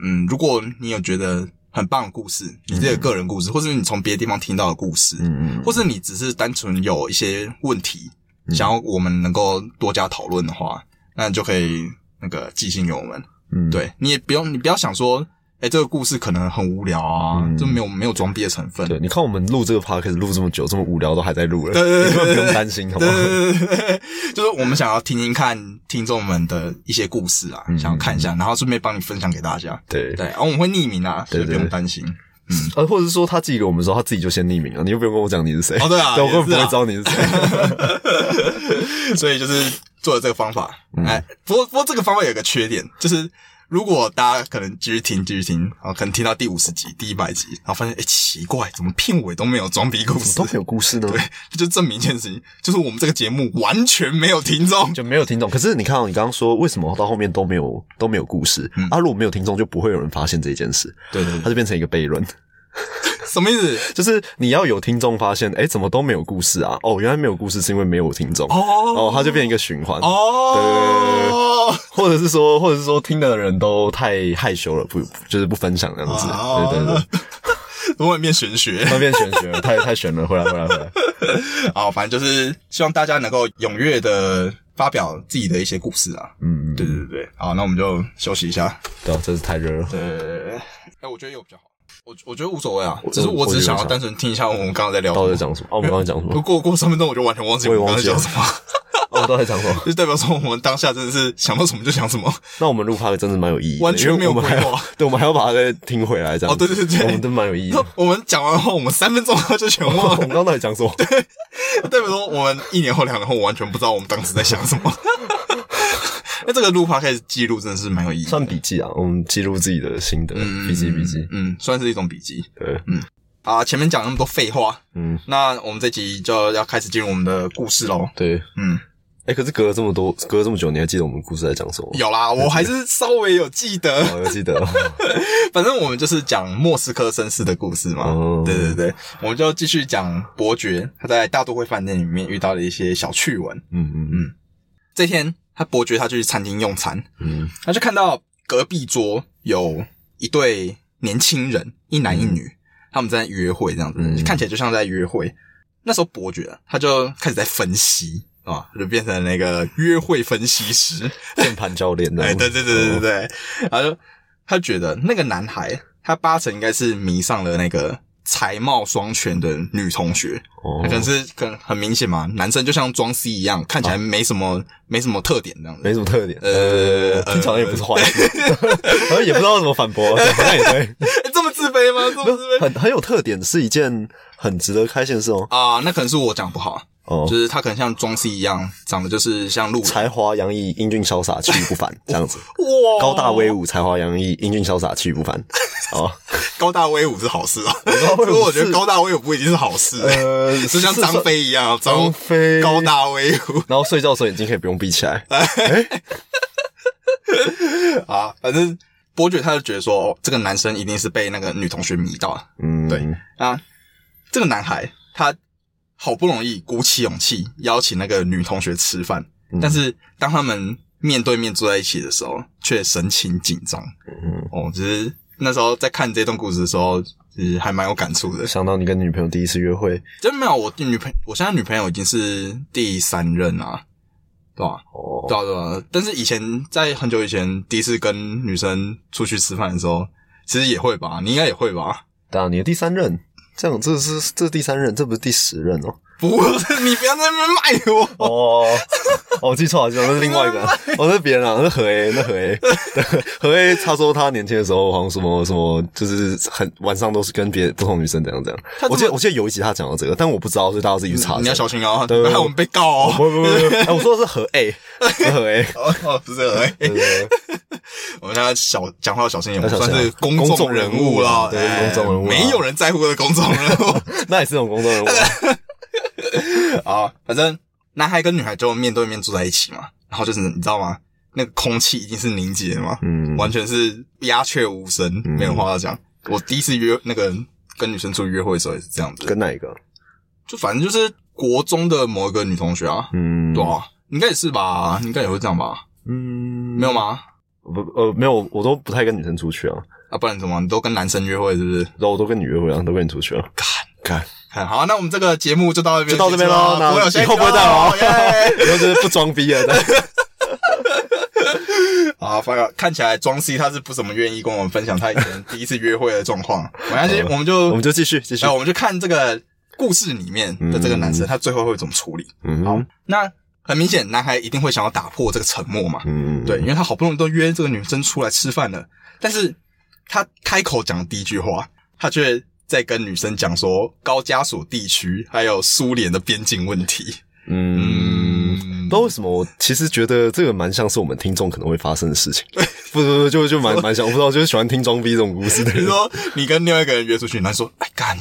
Speaker 1: 嗯，如果你有觉得很棒的故事，你自己的个人故事，或是你从别的地方听到的故事，
Speaker 2: 嗯嗯，
Speaker 1: 或是你只是单纯有一些问题，想要我们能够多加讨论的话，那你就可以那个寄信给我们。
Speaker 2: 嗯，
Speaker 1: 对你也不用，你不要想说，哎、这个故事可能很无聊啊，
Speaker 2: 嗯
Speaker 1: 就没有没有装逼的成分。
Speaker 2: 对，你看我们录这个 podcast 录这么久，这么无聊都还在录了，
Speaker 1: 对对对
Speaker 2: 你根本不
Speaker 1: 对
Speaker 2: 用担心，好不
Speaker 1: 对
Speaker 2: 好？
Speaker 1: 对对对对， *laughs* 就是我们想要听听看听众们的一些故事啊，
Speaker 2: 嗯
Speaker 1: 想要看一下，然后顺便帮你分享给大家。
Speaker 2: 对
Speaker 1: 对，然后我们会匿名啊，所以
Speaker 2: 对对
Speaker 1: 不用担心。
Speaker 2: 呃，或者是说他寄给我们的时候，他自己就先匿名了，你又不用跟我讲你是谁。
Speaker 1: 哦对啊
Speaker 2: *laughs* 对，我根本不
Speaker 1: 也是
Speaker 2: 会
Speaker 1: 啊
Speaker 2: 知道你是
Speaker 1: *laughs*
Speaker 2: 谁。
Speaker 1: 所以就是做了这个方法。
Speaker 2: 嗯
Speaker 1: 哎，不过不过这个方法有个缺点，就是如果大家可能继续听继续听，然后可能听到第五十集、第一百集，然后发现哎、奇怪，怎么片尾都没有装逼故事
Speaker 2: 都？没有故事呢，
Speaker 1: *laughs* 就证明一件事情，就是我们这个节目完全没有听众。
Speaker 2: 就没有听众。可是你看到、你刚刚说为什么到后面都没有都没有故事？
Speaker 1: 嗯
Speaker 2: 啊，如果没有听众，就不会有人发现这件事，
Speaker 1: 对对
Speaker 2: 它，就变成一个悖论。
Speaker 1: 什么意思？
Speaker 2: 就是你要有听众发现，哎、怎么都没有故事啊？哦，原来没有故事是因为没有听众。
Speaker 1: 哦
Speaker 2: 哦，它就变一个循环。
Speaker 1: 哦，
Speaker 2: 或者是说，或者是说，听的人都太害羞了，不就是不分享这样子。
Speaker 1: 哦
Speaker 2: 对对对，
Speaker 1: 外面玄学。
Speaker 2: *laughs* 那变玄学了，太太玄了，回来回来回来。
Speaker 1: 好，反正就是希望大家能够踊跃的发表自己的一些故事啊。
Speaker 2: 嗯，
Speaker 1: 对对对，好，那我们就休息一下。
Speaker 2: 对啊，真是太热了。
Speaker 1: 对，哎，我觉得有比较好。我我觉得无所谓啊，
Speaker 2: 我
Speaker 1: 只是我只是想要
Speaker 2: 我觉得有差
Speaker 1: 单纯听一下我们刚刚在聊什
Speaker 2: 到底
Speaker 1: 么。
Speaker 2: 在讲什么？哦，我们刚才讲
Speaker 1: *laughs*
Speaker 2: 什
Speaker 1: 如
Speaker 2: 么？
Speaker 1: 果过三分钟，我就完全忘记
Speaker 2: 我也
Speaker 1: 们刚才
Speaker 2: 忘记
Speaker 1: 讲
Speaker 2: 了
Speaker 1: 什么，
Speaker 2: 哦，到底在讲什么？
Speaker 1: 就代表说我们当下真的是想到什么就讲什么。
Speaker 2: 那我们录 p o 真的蛮有意义的，
Speaker 1: 完全
Speaker 2: 因为
Speaker 1: 没有
Speaker 2: 我们还
Speaker 1: 规
Speaker 2: 要
Speaker 1: 划，
Speaker 2: *laughs* 对，我们还要把它再听回来这样子。
Speaker 1: 哦对对对对哦
Speaker 2: 我们都蛮有意
Speaker 1: *laughs*
Speaker 2: 义的。
Speaker 1: 我们讲完后，我们三分钟后就全忘
Speaker 2: 我 *laughs*
Speaker 1: 了，
Speaker 2: 们刚刚到底讲什么？
Speaker 1: 代表说我们一年后、两年后，我完全不知道我们当时在想什么。哎那这个录 p 开始记录真的是蛮有意义的，
Speaker 2: 算笔记啊，我们记录自己的心得，
Speaker 1: 嗯
Speaker 2: 笔记笔记。
Speaker 1: 嗯，算是一种笔记
Speaker 2: 对，
Speaker 1: 啊。前面讲那么多废话，
Speaker 2: 嗯，
Speaker 1: 那我们这集就要开始进入我们的故事喽。
Speaker 2: 对。
Speaker 1: 嗯，
Speaker 2: 哎，可是隔了这么多，隔了这么久，你还记得我们故事在讲什么吗？
Speaker 1: 有啦，我还是稍微有记得。
Speaker 2: 哦，我记得了。
Speaker 1: *laughs* 反正我们就是讲莫斯科绅士的故事嘛。
Speaker 2: 哦
Speaker 1: 对对对，我们就继续讲伯爵他在大都会饭店里面遇到的一些小趣闻。
Speaker 2: 嗯嗯
Speaker 1: 这天，他伯爵他去餐厅用餐，
Speaker 2: 嗯
Speaker 1: 他就看到隔壁桌有一对年轻人，一男一女，他们在约会，这样子、
Speaker 2: 嗯
Speaker 1: 看起来就像在约会。那时候伯爵啊他就开始在分析啊，就变成那个约会分析师。
Speaker 2: 嗯，键盘教练的。
Speaker 1: 哎，对对对对对
Speaker 2: 哦，
Speaker 1: 对，然后就他觉得那个男孩，他八成应该是迷上了那个才貌双全的女同学，
Speaker 2: 哦
Speaker 1: 可能是可能很明显嘛，男生就像装 C 一样，看起
Speaker 2: 啊
Speaker 1: 来没什么、没什么特点这样子。
Speaker 2: 没什么特点，
Speaker 1: 呃
Speaker 2: 呃，听呃起来也不是坏事， *laughs* 好像也不知道怎么反驳，啊好像也对，
Speaker 1: 哎这么自卑吗？这么自卑
Speaker 2: 很很有特点，是一件很值得开心的事
Speaker 1: *laughs*
Speaker 2: 哦。
Speaker 1: 啊、那可能是我讲不好，啊
Speaker 2: 哦
Speaker 1: 就，是他可能像装 C 一样，长得就是像路人
Speaker 2: 才华洋溢，英俊潇洒，气宇不凡，这样子，
Speaker 1: 哇哦
Speaker 2: 高大威，武，才华洋溢，英俊潇洒，气宇不凡。哦，
Speaker 1: 高大威武是好事啊。
Speaker 2: 高
Speaker 1: *laughs* 不
Speaker 2: 大威武
Speaker 1: 过我觉得
Speaker 2: 是
Speaker 1: 高大威武不一定是好事、欸，
Speaker 2: 呃，
Speaker 1: 是像张飞一样，
Speaker 2: 张
Speaker 1: 张
Speaker 2: 飞
Speaker 1: 高，大威武。 *laughs*
Speaker 2: 然后睡觉的时候眼睛可以不用闭起来。
Speaker 1: 啊，反正伯爵他就觉得说，哦，这个男生一定是被那个女同学迷到了
Speaker 2: 嗯，
Speaker 1: 对啊。这个男孩他好不容易鼓起勇气邀请那个女同学吃饭，
Speaker 2: 嗯
Speaker 1: 但是当他们面对面坐在一起的时候，却神情紧张。
Speaker 2: 嗯，
Speaker 1: 哦，只是那时候在看这段故事的时候，其实还蛮有感触的。
Speaker 2: 想到你跟女朋友第一次约会，
Speaker 1: 真没有，我女朋我现在女朋友已经是第三任啊，对吧、
Speaker 2: 哦，
Speaker 1: 对啊对啊，但是以前在很久以前，第一次跟女生出去吃饭的时候，其实也会吧，你应该也会吧？
Speaker 2: 对啊，你的第三任，这样这是这是第三任，这不是第十任哦。
Speaker 1: 不是，你不要在那边卖我。
Speaker 2: 哦，哦我记错了，我记错了，那是另外一个啊，哦，那是别人啊，那是何 A，那何 A，对 *laughs* 何 A，他说他年轻的时候好像什么什么，就是很晚上都是跟别不同女生怎样怎样
Speaker 1: 他。这么
Speaker 2: 我记得我记得有一集他讲到这个，但我不知道，所以大家自己去查。
Speaker 1: 你要小
Speaker 2: 心。
Speaker 1: 心哦，
Speaker 2: 对对对
Speaker 1: 害我们被告
Speaker 2: 哦，
Speaker 1: 哦。
Speaker 2: 不不不不，哎，我说的是何 A，是
Speaker 1: *laughs*
Speaker 2: 何 A，
Speaker 1: 哦哦，不是，哎
Speaker 2: 对对对
Speaker 1: 我们现在小讲话要小心一点，我
Speaker 2: 要
Speaker 1: 们
Speaker 2: 小
Speaker 1: 算
Speaker 2: 心啊
Speaker 1: 是公
Speaker 2: 公
Speaker 1: 众
Speaker 2: 众
Speaker 1: 人
Speaker 2: 人
Speaker 1: 物
Speaker 2: 物
Speaker 1: 了，
Speaker 2: 啊对
Speaker 1: 哎
Speaker 2: 公众人物啊
Speaker 1: 没有人在乎的公众人 *laughs* 物
Speaker 2: 那也是种工作人物啊。
Speaker 1: *laughs* 啊。反正男孩跟女孩就面对面坐在一起嘛，然后就是你知道吗？那个空气已经是凝结了嘛，
Speaker 2: 嗯，
Speaker 1: 完全是鸦雀无声，
Speaker 2: 嗯
Speaker 1: 没有话要讲。我第一次约那个跟女生出去约会的时候也是这样子，
Speaker 2: 跟哪一个？
Speaker 1: 就反正就是国中的某一个女同学啊，
Speaker 2: 嗯，
Speaker 1: 对啊，应该也是吧，应该也会这样吧，
Speaker 2: 嗯，
Speaker 1: 没有？吗？
Speaker 2: 不，呃，没有，我都不太跟女生出去啊，
Speaker 1: 啊，不然怎么？你都跟男生约会是不是？
Speaker 2: 然后我都跟你约会啊，都跟你出去啊。干干，
Speaker 1: 看好，那我们这个节目就到这边，啊
Speaker 2: 就到这边喽那
Speaker 1: 不会有下
Speaker 2: 以后啊不会再
Speaker 1: 集
Speaker 2: 了哦
Speaker 1: 啊耶
Speaker 2: *laughs* 然后就是不装逼啊。对
Speaker 1: 啊，发哥看起来庄 C 他是不怎么愿意跟我们分享他以前第一次约会的状况，没关系，
Speaker 2: 好
Speaker 1: 我们就
Speaker 2: 哦我们就继续继续
Speaker 1: 那。我们就看这个故事里面的这个男生他最后会怎么处理。
Speaker 2: 嗯，
Speaker 1: 好，那很明显，男孩一定会想要打破这个沉默嘛，
Speaker 2: 嗯，
Speaker 1: 对，因为他好不容易都约这个女生出来吃饭了，但是他开口讲的第一句话，他却在跟女生讲说高加索地区还有苏联的边境问题。
Speaker 2: 嗯，不知道为什么，我其实觉得这个蛮像是我们听众可能会发生的事情。 *laughs* 不不不，就就 *laughs* 蛮蛮像，我不知道，就是喜欢听装逼这种故事 *laughs* 的
Speaker 1: *laughs* 比
Speaker 2: 人
Speaker 1: 如，说你跟另外一个人约出去，然后说：“哎干，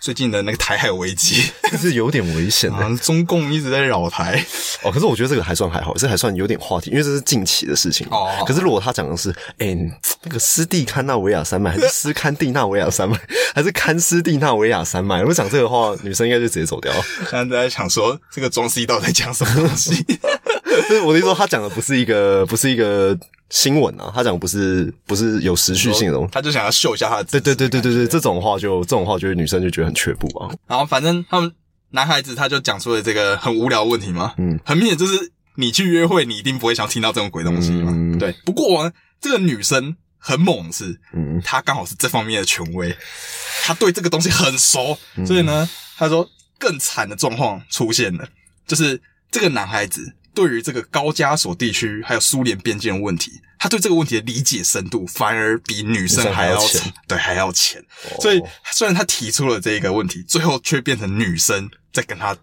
Speaker 1: 最近的那个台海危
Speaker 2: *laughs*
Speaker 1: 机，
Speaker 2: 这是有点危险的、
Speaker 1: 啊，中共一直在扰台。
Speaker 2: *laughs* 哦。可是我觉得这个还算还好，这还算有点话题，因为这是近期的事情。
Speaker 1: 哦
Speaker 2: 可是如果他讲的是，哎、你那个斯蒂堪纳维亚山脉， *laughs* 还是斯堪蒂纳维亚山脉，还是堪斯蒂纳维亚山脉，如果讲这个的话，女生应该就直接走掉。”
Speaker 1: 现在在想说这个庄 C 到底在讲什么东西？
Speaker 2: *laughs* 就是我的意思说，他讲的不是一个，不是一个新闻啊，他讲的不是不是有时序性的东西。
Speaker 1: 他就想要秀一下他的自
Speaker 2: 对
Speaker 1: 己
Speaker 2: 对对对对对，这种话就这种话，就会女生就觉得很却步啊。
Speaker 1: 然后反正他们男孩子他就讲出了这个很无聊的问题嘛，
Speaker 2: 嗯，
Speaker 1: 很明显就是你去约会，你一定不会想听到这种鬼东西嘛，
Speaker 2: 嗯
Speaker 1: 对。不过呢这个女生很猛的是，
Speaker 2: 嗯，
Speaker 1: 她刚好是这方面的权威，她对这个东西很熟，所以呢，她说更惨的状况出现了，就是这个男孩子对于这个高加索地区还有苏联边境的问题，他对这个问题的理解深度反而比女
Speaker 2: 女
Speaker 1: 生
Speaker 2: 生
Speaker 1: 还
Speaker 2: 还
Speaker 1: 要
Speaker 2: 要
Speaker 1: 浅
Speaker 2: 浅，哦
Speaker 1: 对，还要浅。所以虽然他提出了这个问题，最后却变成女生在跟他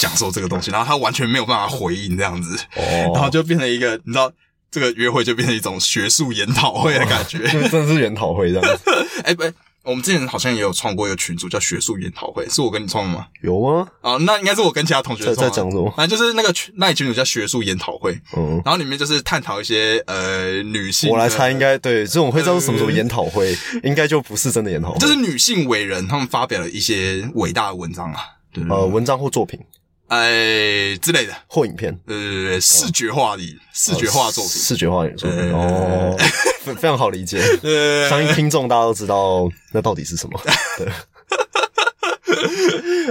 Speaker 1: 讲说这个东西，然后他完全没有办法回应这样子，然后
Speaker 2: 哦，
Speaker 1: 就变成一个你知道。这个约会就变成一种学术研讨会的感觉。
Speaker 2: 就真的是研讨会这样，
Speaker 1: 哎、不、我们之前好像也有创过一个群组叫学术研讨会，是我跟你创的吗？
Speaker 2: 有吗？
Speaker 1: 啊，那应该是我跟其他同学
Speaker 2: 在
Speaker 1: 创的。啊
Speaker 2: 在讲什么？
Speaker 1: 反正就是那个群，那一群组叫学术研讨会，
Speaker 2: 嗯，
Speaker 1: 然后里面就是探讨一些呃女性的，嗯
Speaker 2: 我来猜，应该对这种会叫做什么什么研讨会，应该就不是真的研讨会，
Speaker 1: 就是女性伟人他们发表了一些伟大的文章啊，对对对
Speaker 2: 呃文章或作品
Speaker 1: 哎之类的，
Speaker 2: 或影片，呃
Speaker 1: 呃，视觉化的、视觉化作品，嗯
Speaker 2: 视觉化作品
Speaker 1: 对
Speaker 2: 哦，非非常好理解。
Speaker 1: 呃，
Speaker 2: 相信听众大家都知道那到底是什么。对，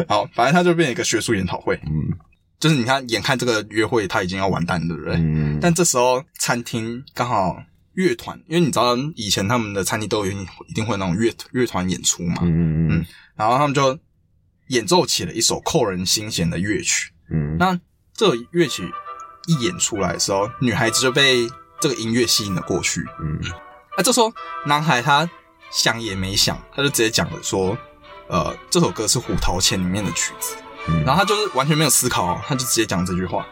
Speaker 1: 好，反正它就变成一个学术研讨会。
Speaker 2: 嗯
Speaker 1: 就是你看，眼看这个约会他已经要完蛋了，对不对？*laughs*
Speaker 2: 嗯，
Speaker 1: 但这时候餐厅刚好乐团，因为你知道以前他们的餐厅都有一定一定会有那种乐乐团演出嘛，
Speaker 2: 嗯嗯
Speaker 1: 然后他们就演奏起了一首扣人心弦的乐曲。
Speaker 2: 嗯
Speaker 1: 那这首乐曲一演出来的时候，女孩子就被这个音乐吸引了过去，
Speaker 2: 嗯
Speaker 1: 那啊这时候男孩他想也没想，他就直接讲了说，呃，这首歌是《胡桃钳》里面的曲子，
Speaker 2: 嗯
Speaker 1: 然后他就是完全没有思考，哦他就直接讲这句话。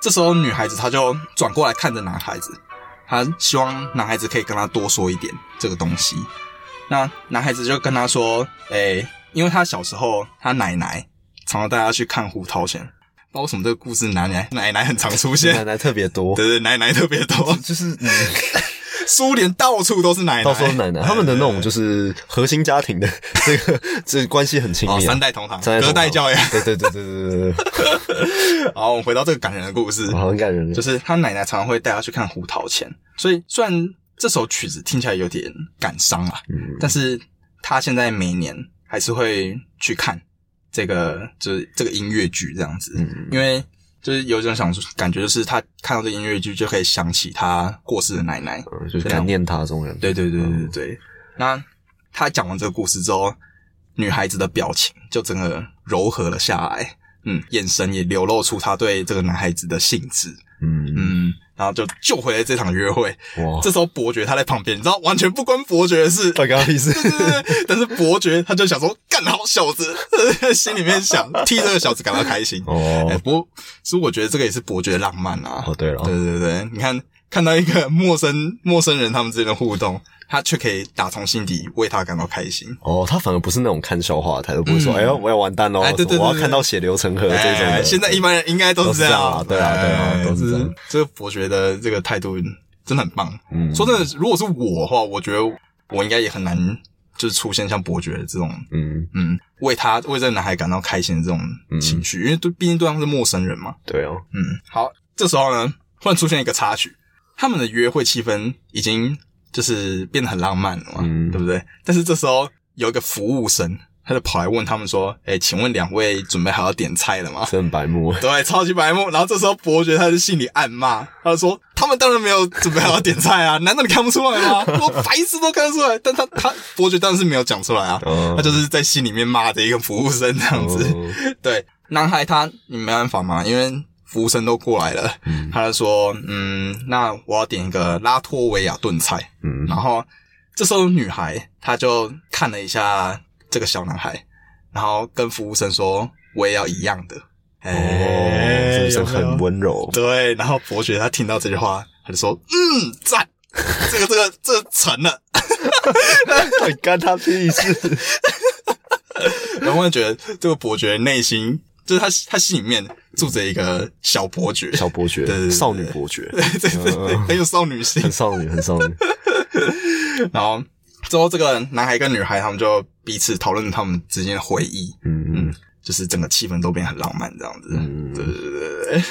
Speaker 1: 这时候女孩子她就转过来看着男孩子，她希望男孩子可以跟她多说一点这个东西。那男孩子就跟她说，诶、因为他小时候他奶奶常常带他去看《胡桃钳》，不知道为什么这个故事奶奶奶奶很常出
Speaker 2: 奶
Speaker 1: 现，
Speaker 2: 奶特别
Speaker 1: *laughs*
Speaker 2: 多，
Speaker 1: 对对，奶奶特别多，
Speaker 2: 就是
Speaker 1: 苏联到处都是奶奶，
Speaker 2: *laughs* 到时候奶奶他们的那种
Speaker 1: 对
Speaker 2: 就是核心家庭的这个这关系很亲
Speaker 1: 哦，
Speaker 2: 密啊
Speaker 1: 三，代同堂，
Speaker 2: 三代同
Speaker 1: 隔
Speaker 2: 堂
Speaker 1: 代教养。*laughs*
Speaker 2: *laughs* 对对对对对对对
Speaker 1: 好，我们回到这个感人的故事
Speaker 2: 对，，好很感人
Speaker 1: 就。是他奶奶常常会带他去看胡桃钳，所以虽然这首曲子听起来有点感伤啊，
Speaker 2: 嗯
Speaker 1: 但是他现在每年还是会去看这个，就是这个音乐剧这样子，
Speaker 2: 嗯
Speaker 1: 因为就是有一种想感觉，就是他看到这音乐剧就可以想起他过世的奶奶，
Speaker 2: 嗯就是感念他这种人，
Speaker 1: 对对对对对。那他讲完这个故事之后，女孩子的表情就整个柔和了下来，嗯，眼神也流露出她对这个男孩子的兴致，
Speaker 2: 嗯
Speaker 1: 嗯，然后就救回了这场约会。
Speaker 2: 哇，
Speaker 1: 这时候伯爵他在旁边，你知道完全不关伯爵的事。
Speaker 2: 到底关我屁事？
Speaker 1: 对对对 *laughs* 但是伯爵他就想说，干好小子， *laughs* 心里面想 *laughs* 替这个小子感到开心。哎、 *laughs*
Speaker 2: 哦
Speaker 1: 不过，所以我觉得这个也是伯爵的浪漫啊。
Speaker 2: 哦，对了，
Speaker 1: 对对对，你看看到一个陌生陌生人他们之间的互动，他却可以打从心底为他感到开心。
Speaker 2: 哦，他反而不是那种看笑话的态度，不是说
Speaker 1: 嗯
Speaker 2: 哎呦我要完蛋喽，
Speaker 1: 哎对对对
Speaker 2: 我要
Speaker 1: 对
Speaker 2: 看到血流成河这种
Speaker 1: 哎
Speaker 2: 的。
Speaker 1: 现在一般人应该都是这样，
Speaker 2: 都是这样啊对啊对啊
Speaker 1: 哎
Speaker 2: 都是这样
Speaker 1: 这这个伯爵的这个态度真的很棒。
Speaker 2: 嗯
Speaker 1: 说真的，如果是我的话，我觉得我应该也很难就是出现像伯爵这种，
Speaker 2: 嗯，
Speaker 1: 嗯，为他为这个男孩感到开心的这种情
Speaker 2: 嗯
Speaker 1: 绪，因为对，毕竟对方是陌生人嘛。
Speaker 2: 对哦，
Speaker 1: 嗯，好，这时候呢，忽然出现一个插曲，他们的约会气氛已经就是变得很浪漫了嘛，
Speaker 2: 嗯
Speaker 1: 对不对？但是这时候有一个服务生，他就跑来问他们说：“哎、请问两位准备好要点菜了吗
Speaker 2: 真很白目？”。
Speaker 1: 对，超级白目。然后这时候伯爵他就心里暗骂，他就说：“他们当然没有准备好要点菜啊，难 *laughs* 道你看不出来吗？我白痴都看得出来。”但他他伯爵当然是没有讲出来啊，
Speaker 2: 嗯
Speaker 1: *laughs* 他就是在心里面骂着一个服务生这样子。
Speaker 2: 哦
Speaker 1: 对，男孩他你没办法嘛，因为服务生都过来了，
Speaker 2: 嗯
Speaker 1: 他就说，嗯，那我要点一个拉脱维亚炖菜，
Speaker 2: 嗯
Speaker 1: 然后这时候女孩她就看了一下这个小男孩，然后跟服务生说：“我也要一样的。”
Speaker 2: 哦，
Speaker 1: 哎
Speaker 2: 是，不是很温柔？
Speaker 1: 对。然后伯爵他听到这句话，他就说：“嗯，赞， *laughs* 这个这个这个成了。”
Speaker 2: *laughs* 很干他屁事！
Speaker 1: 然后我觉得这个伯爵内心，就是他他心里面住着一个小伯爵，
Speaker 2: *laughs* 小伯爵
Speaker 1: 对对，对
Speaker 2: 少女伯爵，
Speaker 1: 对对对对，
Speaker 2: 嗯
Speaker 1: 很有少女心
Speaker 2: *laughs* 很。少女，很少女。
Speaker 1: 然后之后，这个男孩跟女孩他们就彼此讨论他们之间的回忆，
Speaker 2: 嗯嗯
Speaker 1: 就是整个气氛都变很浪漫这样子。
Speaker 2: 嗯，
Speaker 1: 对对对对对，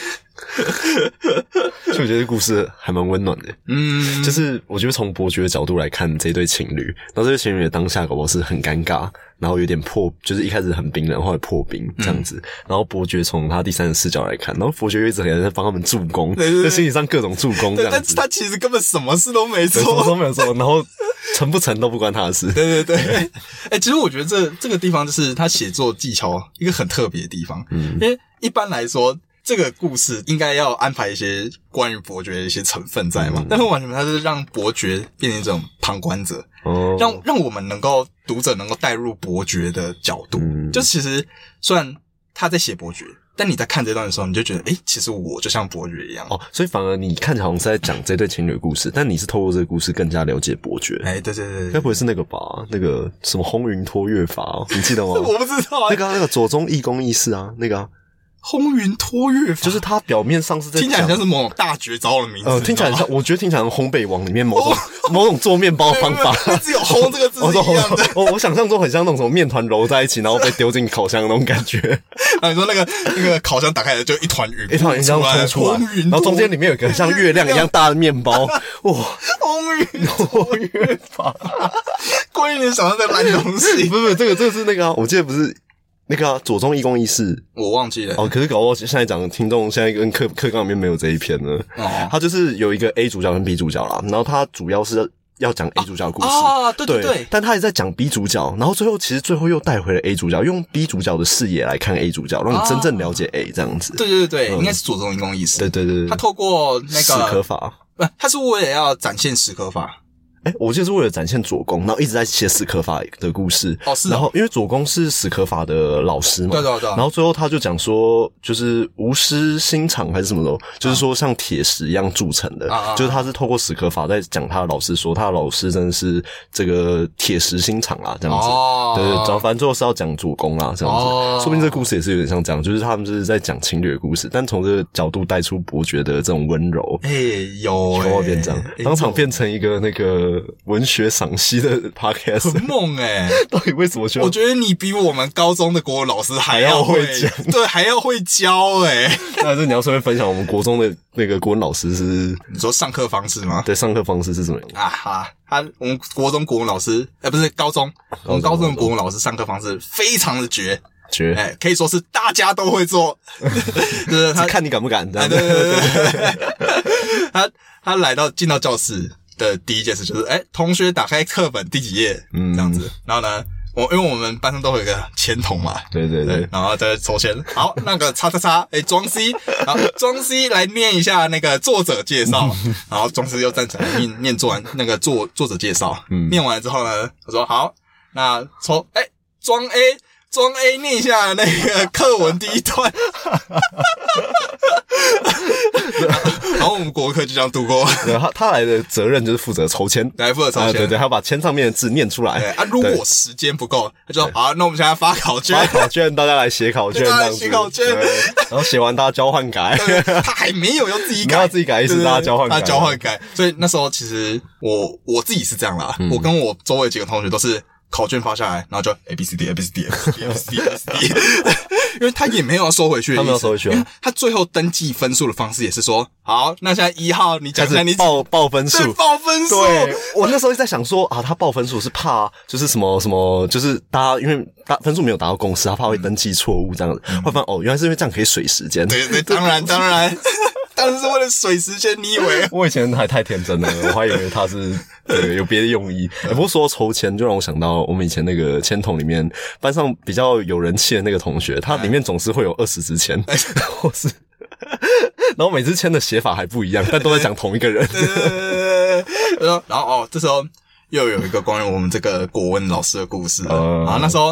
Speaker 2: 所以我觉得这故事还蛮温暖的。
Speaker 1: 嗯，
Speaker 2: 就是是我觉得从伯爵的角度来看这对情侣，那这对情侣的当下搞不好是很尴尬，然后有点破，就是一开始很冰冷，后来破冰
Speaker 1: 嗯
Speaker 2: 这样子。然后伯爵从他第三人视角来看，然后伯爵又一直很在帮他们助攻，
Speaker 1: 对对对
Speaker 2: 在心理上各种助攻这
Speaker 1: 对，
Speaker 2: 样
Speaker 1: 但是
Speaker 2: 子。
Speaker 1: 他其实根本什么事都没
Speaker 2: 对什么
Speaker 1: 做。
Speaker 2: 都没有做，然后成不成都不关他的事。
Speaker 1: 对对对， *laughs* 哎、其实我觉得这这个地方就是他写作技巧一个很特别的地方，
Speaker 2: 嗯
Speaker 1: 因为一般来说，这个故事应该要安排一些关于伯爵的一些成分在嘛，
Speaker 2: 嗯
Speaker 1: 但是完全他是让伯爵变成一种旁观者，
Speaker 2: 哦，
Speaker 1: 让让我们能够读者能够带入伯爵的角度。
Speaker 2: 嗯
Speaker 1: 就其实虽然他在写伯爵，但你在看这段的时候，你就觉得，诶、其实我就像伯爵一样。
Speaker 2: 哦，所以反而你看起来好像是在讲这对情侣的故事，但你是透过这个故事更加了解伯爵。
Speaker 1: 哎、对对对
Speaker 2: 该
Speaker 1: 对，？
Speaker 2: 不会是那个吧？那个什么轰云托月法哦，你记得
Speaker 1: *laughs*
Speaker 2: 吗
Speaker 1: 我不知道啊
Speaker 2: 那，个啊、那个左宗义公义士啊，那个啊、
Speaker 1: 轰云托月法
Speaker 2: 就是他表面上是在
Speaker 1: 听起来很像
Speaker 2: 是
Speaker 1: 是某种大绝招的名字，
Speaker 2: 呃，听起来
Speaker 1: 你
Speaker 2: 很
Speaker 1: 知道
Speaker 2: 像，我觉得听起来像烘焙王里面某
Speaker 1: *laughs*
Speaker 2: 种、某种做面包的方
Speaker 1: 吗
Speaker 2: 法。
Speaker 1: *laughs* 对对对只有“轰”哦这个字
Speaker 2: *laughs* 我
Speaker 1: 是
Speaker 2: 说
Speaker 1: 一样的。
Speaker 2: 我我想象中很像那种什么面团揉在一起，然后被丢进烤箱的那种感
Speaker 1: *laughs*
Speaker 2: 觉，
Speaker 1: 啊，你说那个那个烤箱打开了就一团云，
Speaker 2: 一团云这样冲出来
Speaker 1: 红云，
Speaker 2: 然后中间里面有一个像月亮一样大的面包，哇，
Speaker 1: *laughs* 红云，
Speaker 2: 托月法，
Speaker 1: 关于你想象在烂东
Speaker 2: *laughs*
Speaker 1: 西，
Speaker 2: 不是不是，这个这个是那个啊，我记得不是那个啊，左宗义公义士
Speaker 1: 我忘记了。
Speaker 2: 哦，可是搞不好现在讲的听众现在跟课课纲里面没有这一篇呢。
Speaker 1: 哦
Speaker 2: 他就是有一个 A 主角跟 B 主角啦，然后他主要是要讲 A 主角的故事，
Speaker 1: 啊，对
Speaker 2: 对
Speaker 1: 对，
Speaker 2: 但他也在讲 B 主角，然后最后其实最后又带回了 A 主角，用 B 主角的视野来看 A 主角，让你真正了解 A 这样子。
Speaker 1: 哦对对对
Speaker 2: 嗯
Speaker 1: 对，应该是左宗义公意思。
Speaker 2: 对对对对，
Speaker 1: 他透过那
Speaker 2: 史可
Speaker 1: 个，
Speaker 2: 法。
Speaker 1: 不，他是为了要展现史可法，
Speaker 2: 哎、我记得是为了展现左公，然后一直在写史可法的故事。
Speaker 1: 哦是哦
Speaker 2: 然后因为左公是史可法的老师嘛，
Speaker 1: 对对对
Speaker 2: 嗯然后最后他就讲说，就是无师心肠还是什么的，就是说像铁石一样铸成的
Speaker 1: 啊啊啊啊，
Speaker 2: 就是他是透过史可法在讲他的老师说，他的老师真的是这个铁石心肠啊，这样子。
Speaker 1: 哦，
Speaker 2: 对，然后反正最后是要讲主公啊啦，这样子
Speaker 1: 哦，
Speaker 2: 说不定这故事也是有点像这样，就是他们就是在讲情侣的故事，但从这个角度带出伯爵的这种温柔，
Speaker 1: 哎有
Speaker 2: 然
Speaker 1: 哎
Speaker 2: 后变这样，
Speaker 1: 哎
Speaker 2: 当场变成一个那个文学赏析的 *laughs*
Speaker 1: *laughs*
Speaker 2: podcast，
Speaker 1: 很猛
Speaker 2: *laughs*
Speaker 1: 哎。
Speaker 2: 到底为什么需要
Speaker 1: 我？觉得你比我们高中的国文老师还要
Speaker 2: 啊还要
Speaker 1: 会
Speaker 2: 会讲
Speaker 1: 对，还要会教哎、
Speaker 2: 但是你要顺便分享我们国中的那个国文老师是
Speaker 1: 你说上课方式吗？
Speaker 2: 对上课方式是怎么样？
Speaker 1: 啊哈，他我们国中国文老师，哎、不是高中，我们高中的国文老师上课方式非常的绝，
Speaker 2: 绝
Speaker 1: 哎、可以说是大家都会
Speaker 2: *laughs*
Speaker 1: 做，就是他
Speaker 2: 是看你敢不敢这
Speaker 1: 哎，
Speaker 2: 样
Speaker 1: 对
Speaker 2: 子。
Speaker 1: 对对对对， *laughs* 他他来到进到教室的第一件事就是，哎、同学打开课本第几页，嗯，
Speaker 2: 嗯
Speaker 1: 这样子。然后呢，我因为我们班上都会有一个铅筒嘛，
Speaker 2: 对对对，
Speaker 1: 然后再抽签。好，那个叉叉叉， *laughs* 哎，庄 C，然后庄 C 来念一下那个作者介
Speaker 2: *laughs*
Speaker 1: 绍，然后庄 C 就站起来念念做完那个作作者介绍，
Speaker 2: 嗯
Speaker 1: 念完了之后呢，我说好，那抽，哎，庄 A。庄 A 念一下那个课文第一段， *laughs* 然后我们国文课就这样度过，
Speaker 2: 对他他来的责任就是负责抽签，
Speaker 1: 来负责抽
Speaker 2: 啊
Speaker 1: 签。
Speaker 2: 对对，他把签上面的字念出
Speaker 1: 对
Speaker 2: 来
Speaker 1: 啊，如
Speaker 2: 对
Speaker 1: 果时间不够，他就说好，那我们现在发考卷
Speaker 2: 发。考卷，大家来写考卷，
Speaker 1: 对大
Speaker 2: 这
Speaker 1: 家
Speaker 2: 样子
Speaker 1: 写考卷
Speaker 2: 对然后写完大家交换改。
Speaker 1: *laughs* 他还没有要自己
Speaker 2: 你
Speaker 1: 改，
Speaker 2: 要自己改一次
Speaker 1: 对对对
Speaker 2: 大家交换改
Speaker 1: 大家交换改。所以那时候其实我我自己是这样啦，
Speaker 2: 嗯
Speaker 1: 我跟我周围几个同学都是考卷发下来，然后就 A B C D A B C D A B C D A B C D A B C D，因 *laughs*
Speaker 2: *laughs*
Speaker 1: 为他也没有要收回去的意思，
Speaker 2: 他没有收回去啊
Speaker 1: 因为他最后登记分数的方式也是说，好，那现在一号你讲
Speaker 2: 开
Speaker 1: 一下你
Speaker 2: 始报报分
Speaker 1: 对
Speaker 2: 数。
Speaker 1: 报分数，
Speaker 2: 对，我那时候一直在想说啊，他报分数是怕就是什么什么，就是大家因为大分数没有达到共识，他怕会登记错误这样子。
Speaker 1: 嗯
Speaker 2: 会发现哦，原来是因为这样可以水时间。
Speaker 1: 对对，当然当然， *laughs* 当然是为了水时间，你以为？
Speaker 2: *laughs* 我以前还太天真了， *laughs* 我还以为他是对有别的用意。哎不过说到抽签，就让我想到我们以前那个签筒里面，班上比较有人气的那个同学，他里面总是会有二
Speaker 1: 哎
Speaker 2: 十支签， *laughs* 或是，然后每
Speaker 1: *laughs*
Speaker 2: 支签的写法还不一样，但都在讲同一个人。
Speaker 1: 对对对对对对然后然后哦，这时候又有一个关于我们这个国文老师的故事了
Speaker 2: 嗯
Speaker 1: 啊。那时候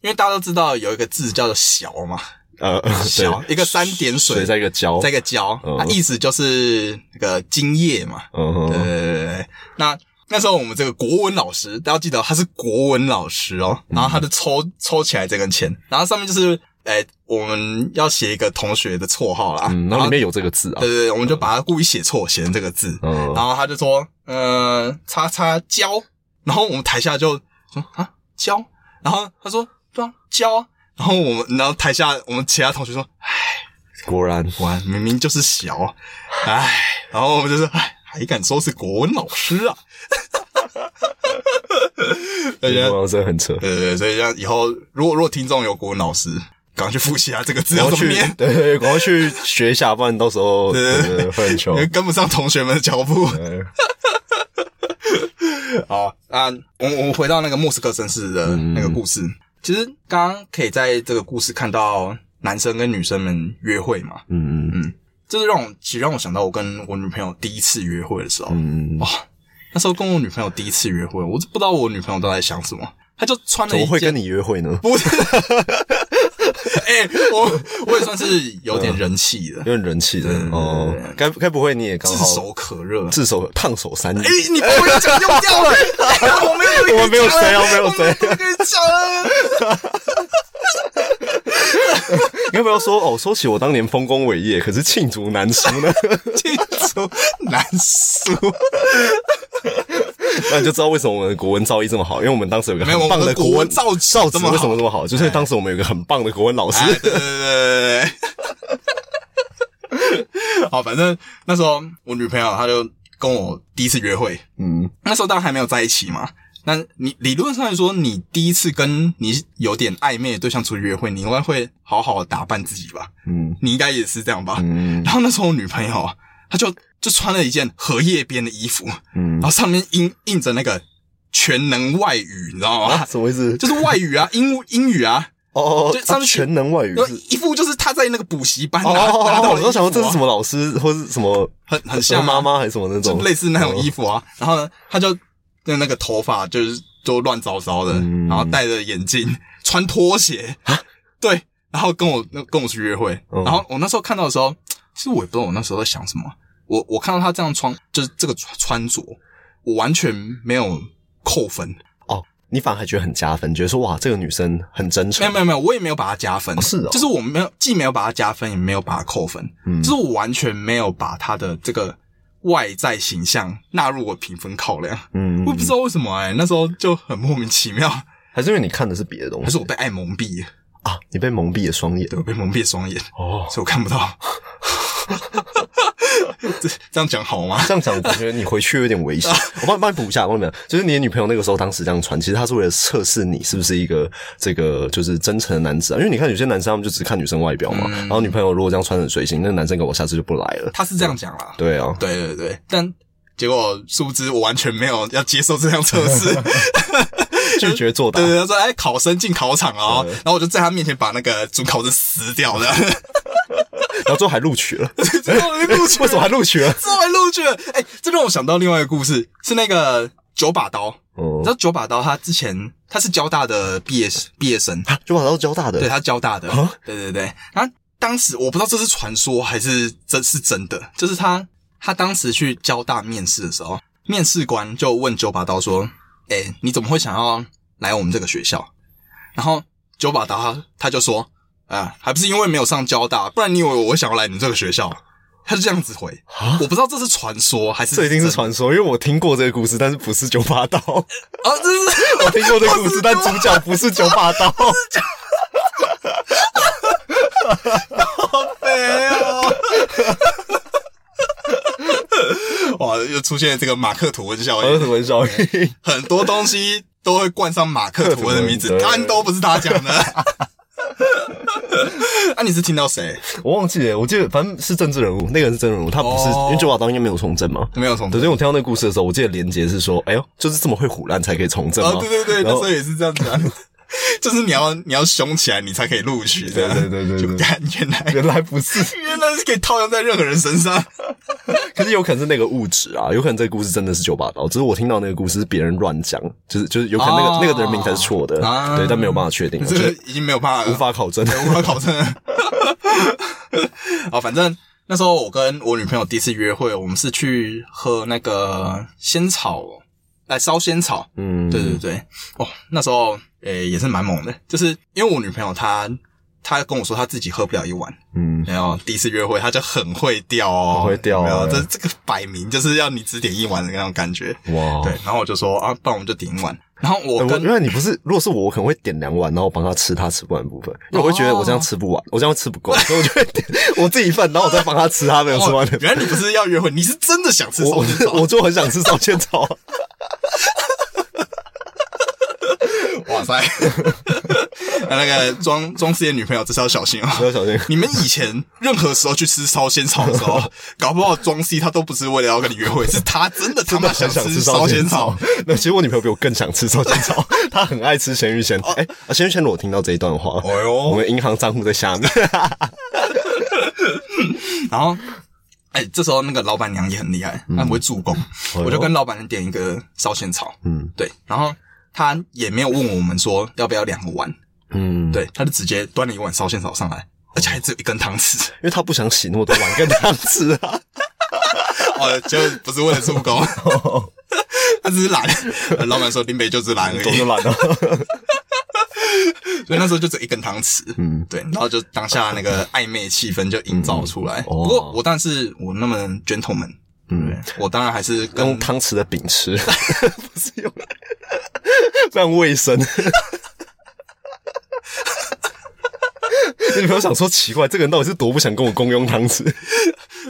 Speaker 1: 因为大家都知道有一个字叫做“小”嘛，
Speaker 2: 呃， *laughs* 对
Speaker 1: 小一个三点水
Speaker 2: 水在一个胶，
Speaker 1: 这个“教”，
Speaker 2: 嗯
Speaker 1: 它意思就是那个精液嘛。
Speaker 2: 嗯
Speaker 1: 对对
Speaker 2: 哼，
Speaker 1: 对对对。那那时候我们这个国文老师，大家记得他是国文老师哦，
Speaker 2: 嗯
Speaker 1: 然后他就抽、抽起来这根签，然后上面就是，诶、我们要写一个同学的绰号啦，
Speaker 2: 嗯，然后里面有这个字啊
Speaker 1: 对，对对，我们就把它故意写错，写成这个字，
Speaker 2: 嗯
Speaker 1: 然，后他就说，呃，叉叉胶，然后我们台下就说啊胶，然后他说对啊胶啊，然后我们然后台下我们其他同学说，
Speaker 2: 果然，
Speaker 1: 哇，明明就是小，啊唉，然后我们就是唉，还敢说是国文老师啊？大家
Speaker 2: 果然真的很扯。
Speaker 1: 对对对，所以这样以后如果如果听众有国文老师，赶快去复习啊，这个字
Speaker 2: 赶
Speaker 1: 要
Speaker 2: 快
Speaker 1: 怎么
Speaker 2: 去哦
Speaker 1: 念，，
Speaker 2: 对对，赶快去学一下，不然到时候
Speaker 1: 对对对
Speaker 2: 对会很
Speaker 1: 因 *laughs*
Speaker 2: 穷。
Speaker 1: 为跟不上同学们的脚步。
Speaker 2: 对
Speaker 1: 好，那我们我们回到那个莫斯科绅士的
Speaker 2: 嗯
Speaker 1: 那个故事，其实刚刚可以在这个故事看到男生跟女生们约会嘛，
Speaker 2: 嗯嗯
Speaker 1: 这是让我其实让我想到我跟我女朋友第一次约会的时候，
Speaker 2: 嗯，嗯
Speaker 1: 那时候跟我女朋友第一次约会，我都不知道我女朋友都在想什么，她就穿了
Speaker 2: 怎
Speaker 1: 一
Speaker 2: 么
Speaker 1: 件，
Speaker 2: 会跟你约会呢？
Speaker 1: 不是，哎、我我也算是有
Speaker 2: 嗯
Speaker 1: 点人气的，
Speaker 2: 有点人气的
Speaker 1: 对对对
Speaker 2: 哦
Speaker 1: 对对，
Speaker 2: 该该不会你也刚
Speaker 1: 炙
Speaker 2: 好
Speaker 1: 手可热。
Speaker 2: 自首烫手山芋
Speaker 1: 哎、？你把我的讲用掉了，哎我没有跟你讲了，
Speaker 2: *laughs* 我没有谁啊我没有谁
Speaker 1: 我跟你讲了。 *laughs*
Speaker 2: 你要不要说哦？说起我当年丰功伟业，可是罄竹难书呢， *laughs*
Speaker 1: 清楚难输，
Speaker 2: 那你就知道为什么我们的国文造诣这么好，因为我们当时有一个
Speaker 1: 没有
Speaker 2: *laughs* 很棒
Speaker 1: 我们的
Speaker 2: 国
Speaker 1: 国文
Speaker 2: 文
Speaker 1: 造诣
Speaker 2: 造
Speaker 1: 这
Speaker 2: 诣
Speaker 1: 么好
Speaker 2: 为什么这么好？就是因为当时我们有一个很棒的国文老师
Speaker 1: 哎，对对对对对。 *laughs* 好，反正那时候我女朋友她就跟我第一次约会，
Speaker 2: 嗯，
Speaker 1: 那时候当然还没有在一起嘛。那你理论上来说，你第一次跟你有点暧昧的对象出去约会，你应该会好好的打扮自己吧？
Speaker 2: 嗯
Speaker 1: 你应该也是这样吧？
Speaker 2: 嗯
Speaker 1: 然后那时候我女朋友啊她就就穿了一件荷叶边的衣服，然
Speaker 2: 嗯，
Speaker 1: 后上面印印着那个全能外语，你知道吗？
Speaker 2: 啊什么意思？
Speaker 1: 啊就是外语啊，英英语啊，
Speaker 2: 哦哦
Speaker 1: 就，
Speaker 2: 他
Speaker 1: 上去
Speaker 2: 全能外语
Speaker 1: 然后
Speaker 2: 是。
Speaker 1: 一副就是他在那个补习班拿、啊
Speaker 2: 哦
Speaker 1: *laughs*
Speaker 2: 哦
Speaker 1: 拿
Speaker 2: 哦！
Speaker 1: 到
Speaker 2: 我都想说这是什
Speaker 1: 么，
Speaker 2: 么老师，或是什么
Speaker 1: 啊很很像啊
Speaker 2: 妈妈还是什么那
Speaker 1: 就
Speaker 2: 种，哦
Speaker 1: 类似那种衣服啊。然后呢，他就那那个头发就是都乱糟糟的，
Speaker 2: 嗯啊
Speaker 1: 然后戴着眼镜，穿拖鞋，对，然后跟我跟我去约会。
Speaker 2: 嗯
Speaker 1: 然后我那时候看到的时候，其实我也不知道我那时候在想什么。我我看到他这样穿，就是这个穿穿着，我完全没有扣分，
Speaker 2: 哦，你反而还觉得很加分，觉得说哇，这个女生很真诚。
Speaker 1: 没有没有没有，我也没有把它加分，
Speaker 2: 哦是哦
Speaker 1: 就是我没有既没有把它加分，也没有把它扣分，
Speaker 2: 嗯
Speaker 1: 就是我完全没有把他的这个外在形象纳入我评分考量，
Speaker 2: 嗯
Speaker 1: 我也不知道为什么哎、那时候就很莫名其妙，
Speaker 2: 还是因为你看的是别的东
Speaker 1: 还
Speaker 2: 西
Speaker 1: 是我被爱蒙蔽了，
Speaker 2: 啊？你被蒙蔽了双眼
Speaker 1: 对我被蒙蔽了双眼，
Speaker 2: 哦。
Speaker 1: 所以我看不到。 *laughs* 这这样讲好吗？
Speaker 2: 这样讲，我觉得你回去有点
Speaker 1: *laughs*
Speaker 2: 危险。我帮你帮你补一下，帮你们，就是你的女朋友那个时候当时这样穿，其实她是为了测试你是不是一个这个就是真诚的男子啊。因为你看有些男生他们就只看女生外表嘛，
Speaker 1: 嗯
Speaker 2: 然后女朋友如果这样穿得很随性，那个男生跟我下次就不来
Speaker 1: *laughs*
Speaker 2: 了。
Speaker 1: 他是这样讲啦，
Speaker 2: 对啊，
Speaker 1: 对对对，但结果殊不知我完全没有要接受这项测试，
Speaker 2: 拒绝作答
Speaker 1: 对。对，他说：“哎，考生进考场了哦。”然后我就在他面前把那个准考证撕掉
Speaker 2: *laughs*
Speaker 1: 了，
Speaker 2: 然后最后还录取
Speaker 1: *laughs*
Speaker 2: 了， *laughs*
Speaker 1: 最后还录取了
Speaker 2: 哎为什么还录取了？
Speaker 1: 这还录取了。哎，这让我想到另外一个故事，是那个九把刀。你
Speaker 2: 哦
Speaker 1: 知，道九把刀他之前他是交大的毕业毕业生，
Speaker 2: 啊就把他都交大的，
Speaker 1: 对他交大的
Speaker 2: 啊，
Speaker 1: 对对对。然后当时我不知道这是传说还是真是真的，就是他他当时去交大面试的时候，面试官就问九把刀说：“哎、你怎么会想要来我们这个学校？”然后九把刀他他就说：“啊，还不是因为没有上交大，不然你以为我会想要来你这个学校？”他就这样子
Speaker 2: *laughs*
Speaker 1: 回，
Speaker 2: 啊
Speaker 1: 我不知道这是传说还是
Speaker 2: 这一定是
Speaker 1: 真
Speaker 2: 传说，因为我听过这个故事，但是不是九把刀。我
Speaker 1: 啊，这是
Speaker 2: 听过这个故事，但主角不是九把刀。
Speaker 1: 没有。哇，又出现这个马克吐温
Speaker 2: *laughs*
Speaker 1: 效
Speaker 2: 我是
Speaker 1: 应，
Speaker 2: 文小英，
Speaker 1: 很多东西都会冠上马克吐温的 *laughs* 名字，
Speaker 2: 对
Speaker 1: 但都不是他讲的。 *laughs* 啊，你是听到谁？
Speaker 2: 我忘记了，我记得反正是政治人物，那个人是政治人物，他不是、
Speaker 1: 哦嗯
Speaker 2: 因为九把刀应该没有从政嘛。
Speaker 1: 没有从
Speaker 2: 对，所以我听到那个故事的时候，我记得连杰是说：“哎呦，就是这么会唬烂才可以从政
Speaker 1: 啊
Speaker 2: 吗？”，
Speaker 1: *laughs* 对对对，那
Speaker 2: 然
Speaker 1: 时 *laughs*
Speaker 2: 后
Speaker 1: 候也是这样讲。啊就是你要你要凶起来，你才可以录取，这样
Speaker 2: 对对对对对
Speaker 1: 就干原来
Speaker 2: 原来不是，
Speaker 1: 原来是可以套用在任何人身上，
Speaker 2: 可是有可能是那个物质啊，有可能这个故事真的是九把刀，只是我听到那个故事是别人乱讲，就是就是有可能那个、
Speaker 1: 哦
Speaker 2: 那个人名才是错的，
Speaker 1: 啊
Speaker 2: 对，但没有办法
Speaker 1: *laughs*
Speaker 2: 确定，我
Speaker 1: 这
Speaker 2: 觉
Speaker 1: 个
Speaker 2: 得
Speaker 1: 已经没有办法
Speaker 2: 无法考证。
Speaker 1: 对无法考证。 *laughs* 啊，反正那时候我跟我女朋友第一次约会，我们是去喝那个仙草，哎，烧仙草。
Speaker 2: 嗯，
Speaker 1: 对对对，哦，那时候诶、也是蛮猛的，就是因为我女朋友她她跟我说她自己喝不了一碗，
Speaker 2: 嗯，
Speaker 1: 然后第一次约会她就很会钓哦，
Speaker 2: 很会钓
Speaker 1: 没
Speaker 2: 啊
Speaker 1: 有这这个摆明就是要你只点一碗的那种感觉。
Speaker 2: 嗯哇，
Speaker 1: 对，然后我就说啊，不然我们就点一碗。然后我
Speaker 2: 呃。哦我
Speaker 1: 跟
Speaker 2: 因为你不是，如果是我，我可能会点两碗，然后我帮他吃他吃不完的部分，因为我会觉得我
Speaker 1: 哦
Speaker 2: 这样吃不完，我这样吃不够，所以我就会点我自己一份，然后我再帮他吃他没有吃完的
Speaker 1: 哦。原来你不是要约会，哦你是真的想吃
Speaker 2: 我
Speaker 1: 烧仙草
Speaker 2: 我。我就很想吃烧仙草，
Speaker 1: *laughs* 哇塞！ *laughs* 那那个庄庄思妍女朋友，这次要小
Speaker 2: *laughs*
Speaker 1: 心
Speaker 2: 不
Speaker 1: 哦。
Speaker 2: 要小心。
Speaker 1: 你们以前任何时候去吃烧仙草的时 *laughs* 候，搞不好庄 C 他都不是为了要跟你 *laughs* 约会，是他真的他妈
Speaker 2: 很想
Speaker 1: 吃
Speaker 2: 吃
Speaker 1: 烧
Speaker 2: 烧
Speaker 1: 仙
Speaker 2: 仙
Speaker 1: 草
Speaker 2: 草。那其实我女朋友比我更想吃烧仙
Speaker 1: *laughs*
Speaker 2: 草，她很爱吃咸鱼
Speaker 1: 哦
Speaker 2: 鲜。哎、啊咸鱼鲜，如果听到这一段话，
Speaker 1: 哎呦
Speaker 2: 我们银行账户在下
Speaker 1: 哦
Speaker 2: 面。
Speaker 1: 然后，哎、这时候那个老板娘也很厉害，她很会助攻。
Speaker 2: 哎呦
Speaker 1: 我就跟老板娘点一个烧仙草，
Speaker 2: 嗯
Speaker 1: 对，然后她也没有问我们说要不要两个碗，
Speaker 2: 嗯，，
Speaker 1: 对，她就直接端了一碗烧仙草上来，而且还只有一根汤匙。
Speaker 2: 因为她不想洗那么多碗跟汤吃啊。
Speaker 1: *laughs* 哦，就不是为了助 *laughs* 攻，他只是懒。老板说林北就是懒而
Speaker 2: 总
Speaker 1: 已
Speaker 2: 是，懒啊。
Speaker 1: 所以那时候就只有一根汤匙。
Speaker 2: 嗯，
Speaker 1: 对，然后就当下那个暧昧气氛就营造出来。
Speaker 2: 哦
Speaker 1: 不过我但是我那么 gentleman，
Speaker 2: 嗯
Speaker 1: 对我当然还是跟
Speaker 2: 用汤匙的饼吃，嗯 *laughs* 不是用， *laughs* 非常卫生。你朋友想说奇怪，这个人到底是多不想跟我共用汤匙，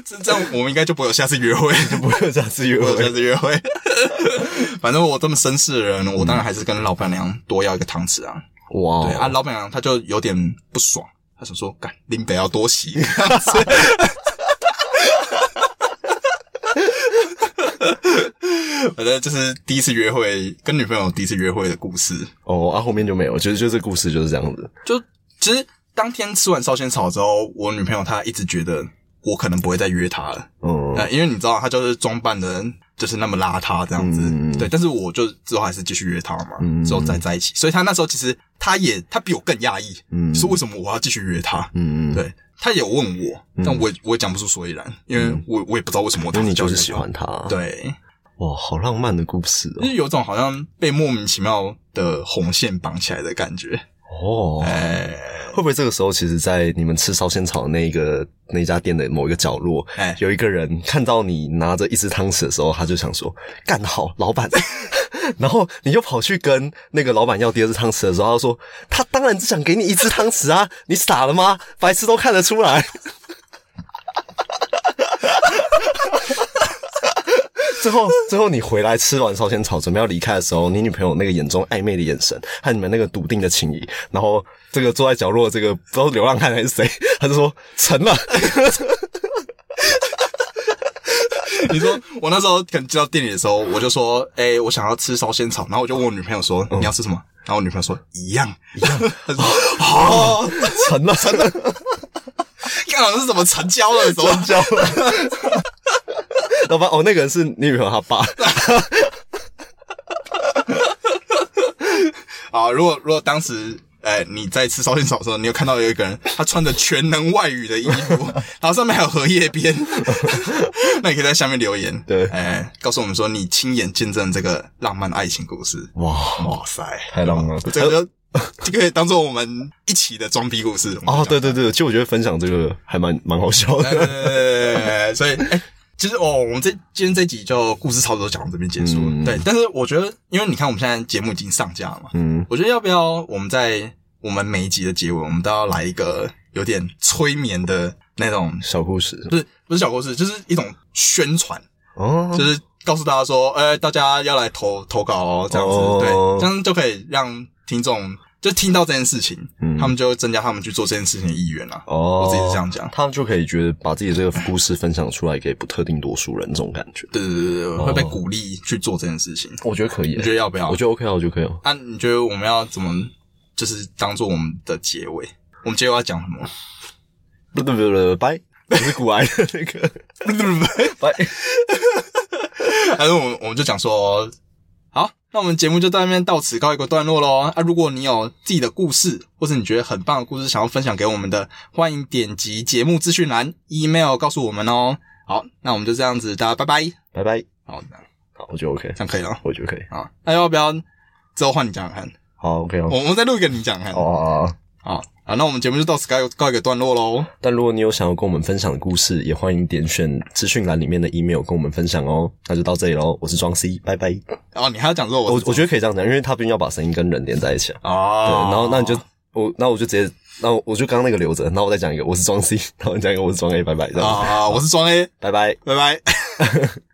Speaker 1: 这这样，我们应该就不会有下次约会，就
Speaker 2: *laughs* 不会有下次约
Speaker 1: 不会有下
Speaker 2: 会。
Speaker 1: 次约会。 *laughs* 反正我这么绅士的人，我当然还是跟老板娘多要一个汤匙啊。
Speaker 2: 哇
Speaker 1: 对啊，老板娘她就有点不爽，她想说，干林北要多洗。 *laughs* 反正就是第一次约会，跟女朋友第一次约会的故事。
Speaker 2: 哦，啊，后面就没有，就是就这故事就是这样子。
Speaker 1: 就其实当天吃完烧仙草之后，我女朋友她一直觉得我可能不会再约她了，
Speaker 2: 嗯，
Speaker 1: 呃，因为你知道她就是装扮的，就是那么邋遢这样子，
Speaker 2: 嗯
Speaker 1: 对。但是我就之后还是继续约她嘛，
Speaker 2: 嗯
Speaker 1: 之后再在一起。所以她那时候其实她也她比我更讶异，
Speaker 2: 嗯
Speaker 1: 说为什么我要继续约她？
Speaker 2: 嗯，
Speaker 1: 对，她也有问我，但我也我也讲不出所以然，因为我我也不知道为什么我
Speaker 2: 嗯因
Speaker 1: 当
Speaker 2: 为
Speaker 1: 时
Speaker 2: 你就
Speaker 1: 约
Speaker 2: 是
Speaker 1: 她
Speaker 2: 喜，欢嗯他，，
Speaker 1: 对，
Speaker 2: 哇，好浪漫的故事哦
Speaker 1: 就是有种好像被莫名其妙的红线绑起来的感觉，
Speaker 2: 哦。哦，
Speaker 1: 哎
Speaker 2: 会不会这个时候，其实，在你们吃烧仙草那一个那一家店的某一个角落，
Speaker 1: 哎。
Speaker 2: 有一个人看到你拿着一只汤匙的时候，他就想说：“干好，老板。”然后你就跑去跟那个老板要第二只汤匙的时候，他就说：“他当然只想给你一只汤匙啊，你傻了吗？白痴都看得出来。” *laughs* 最后，最后你回来吃完烧仙草，准备要离开的时候，你女朋友那个眼中暧昧的眼神和你们那个笃定的情谊，然后这个坐在角落的这个不知道是流浪汉还是谁，他就说成了。 *laughs*
Speaker 1: *laughs* 你说我那时候可能进到店里的时候，我就说，哎、我想要吃烧仙草，然后我就问我女朋友说，你要吃什么？然后我女朋友说一样嗯一样， *laughs* 她说哦，
Speaker 2: 成了，成了，
Speaker 1: 看老是怎么成交了，怎么
Speaker 2: 交了。老板，哦，那个人是你女朋友他爸，
Speaker 1: *laughs* 啊？如果如果当时。哎、你在吃烧仙草的时候，你有看到有一个人，他穿着全能外语的衣服， *laughs* 然后上面还有荷叶 *laughs* 边，那你可以在下面留言，
Speaker 2: 对
Speaker 1: 哎、告诉我们说你亲眼见证这个浪漫爱情故事。
Speaker 2: *laughs* 哇，
Speaker 1: 哇塞，
Speaker 2: 太浪漫了
Speaker 1: 这个就 *laughs* 这个可以当做我们一起的装逼故事
Speaker 2: 哦，对对对，其实我觉得分享这个还蛮蛮好笑的，
Speaker 1: 呃，所以哎、其实哦，我们这今天这集就故事差不多讲到这边结束了。
Speaker 2: 嗯
Speaker 1: 对，但是我觉得，因为你看我们现在节目已经上架了嘛，
Speaker 2: 嗯，
Speaker 1: 我觉得要不要我们在我们每一集的结尾，我们都要来一个有点催眠的那种，
Speaker 2: 小故事
Speaker 1: 不是不是小故事，就是一种宣传，
Speaker 2: 哦，
Speaker 1: 就是告诉大家说，呃、大家要来投投稿哦，这样子，
Speaker 2: 哦
Speaker 1: 对，这样就可以让听众就听到这件事情，
Speaker 2: 嗯
Speaker 1: 他们就会增加他们去做这件事情的意愿了。
Speaker 2: 哦，
Speaker 1: 我自己是这样讲
Speaker 2: 他们就可以觉得把自己这个故事分享出来给不特定多数人，这种感觉，
Speaker 1: 对对对对对，会被鼓励去做这件事情。
Speaker 2: 哦我觉得可以
Speaker 1: 你觉，得要不要？
Speaker 2: 我觉得 OK 啊，我觉得可以啊，
Speaker 1: 啊，你觉得我们要怎么就是当做我们的结尾。我们结尾要讲什么？ *laughs*
Speaker 2: 不不不不，拜，不是古埃的那个 *laughs* 拜。
Speaker 1: 还是我们我们就讲说，好，那我们节目就到那边到此告一个段落喽。啊，如果你有自己的故事，或是你觉得很棒的故事想要分享给我们的，欢迎点击节目资讯栏 email 告诉我们哦。好，那我们就这样子，大家拜拜。
Speaker 2: 拜拜。
Speaker 1: 好，这样
Speaker 2: 好，我觉得 OK，
Speaker 1: 这样可以了。
Speaker 2: 我觉得可以。
Speaker 1: 啊，那要不要之后换你讲讲看？
Speaker 2: 好，OK 哦。
Speaker 1: 我我们再录一个你讲讲看。
Speaker 2: 哦哦哦。
Speaker 1: 好，啊，那我们节目就到此告告一个段落喽。
Speaker 2: 但如果你有想要跟我们分享的故事，也欢迎点选资讯栏里面的 email 跟我们分享哦。那就到这里喽，我是庄 C，拜拜。
Speaker 1: 然啊后你还要讲说我
Speaker 2: 我
Speaker 1: 是
Speaker 2: 我觉得可以这样讲，因为他毕竟要把声音跟人连在一起啊。对，
Speaker 1: 哦，
Speaker 2: 然后那你就我，那我就直接，那我我就刚刚那个留着，那我再 *laughs*
Speaker 1: 啊
Speaker 2: 讲一个，我是装 C，然后你讲一个我是装 A，拜拜，这样子，
Speaker 1: 啊，我是庄 A，
Speaker 2: 拜拜。
Speaker 1: 拜拜。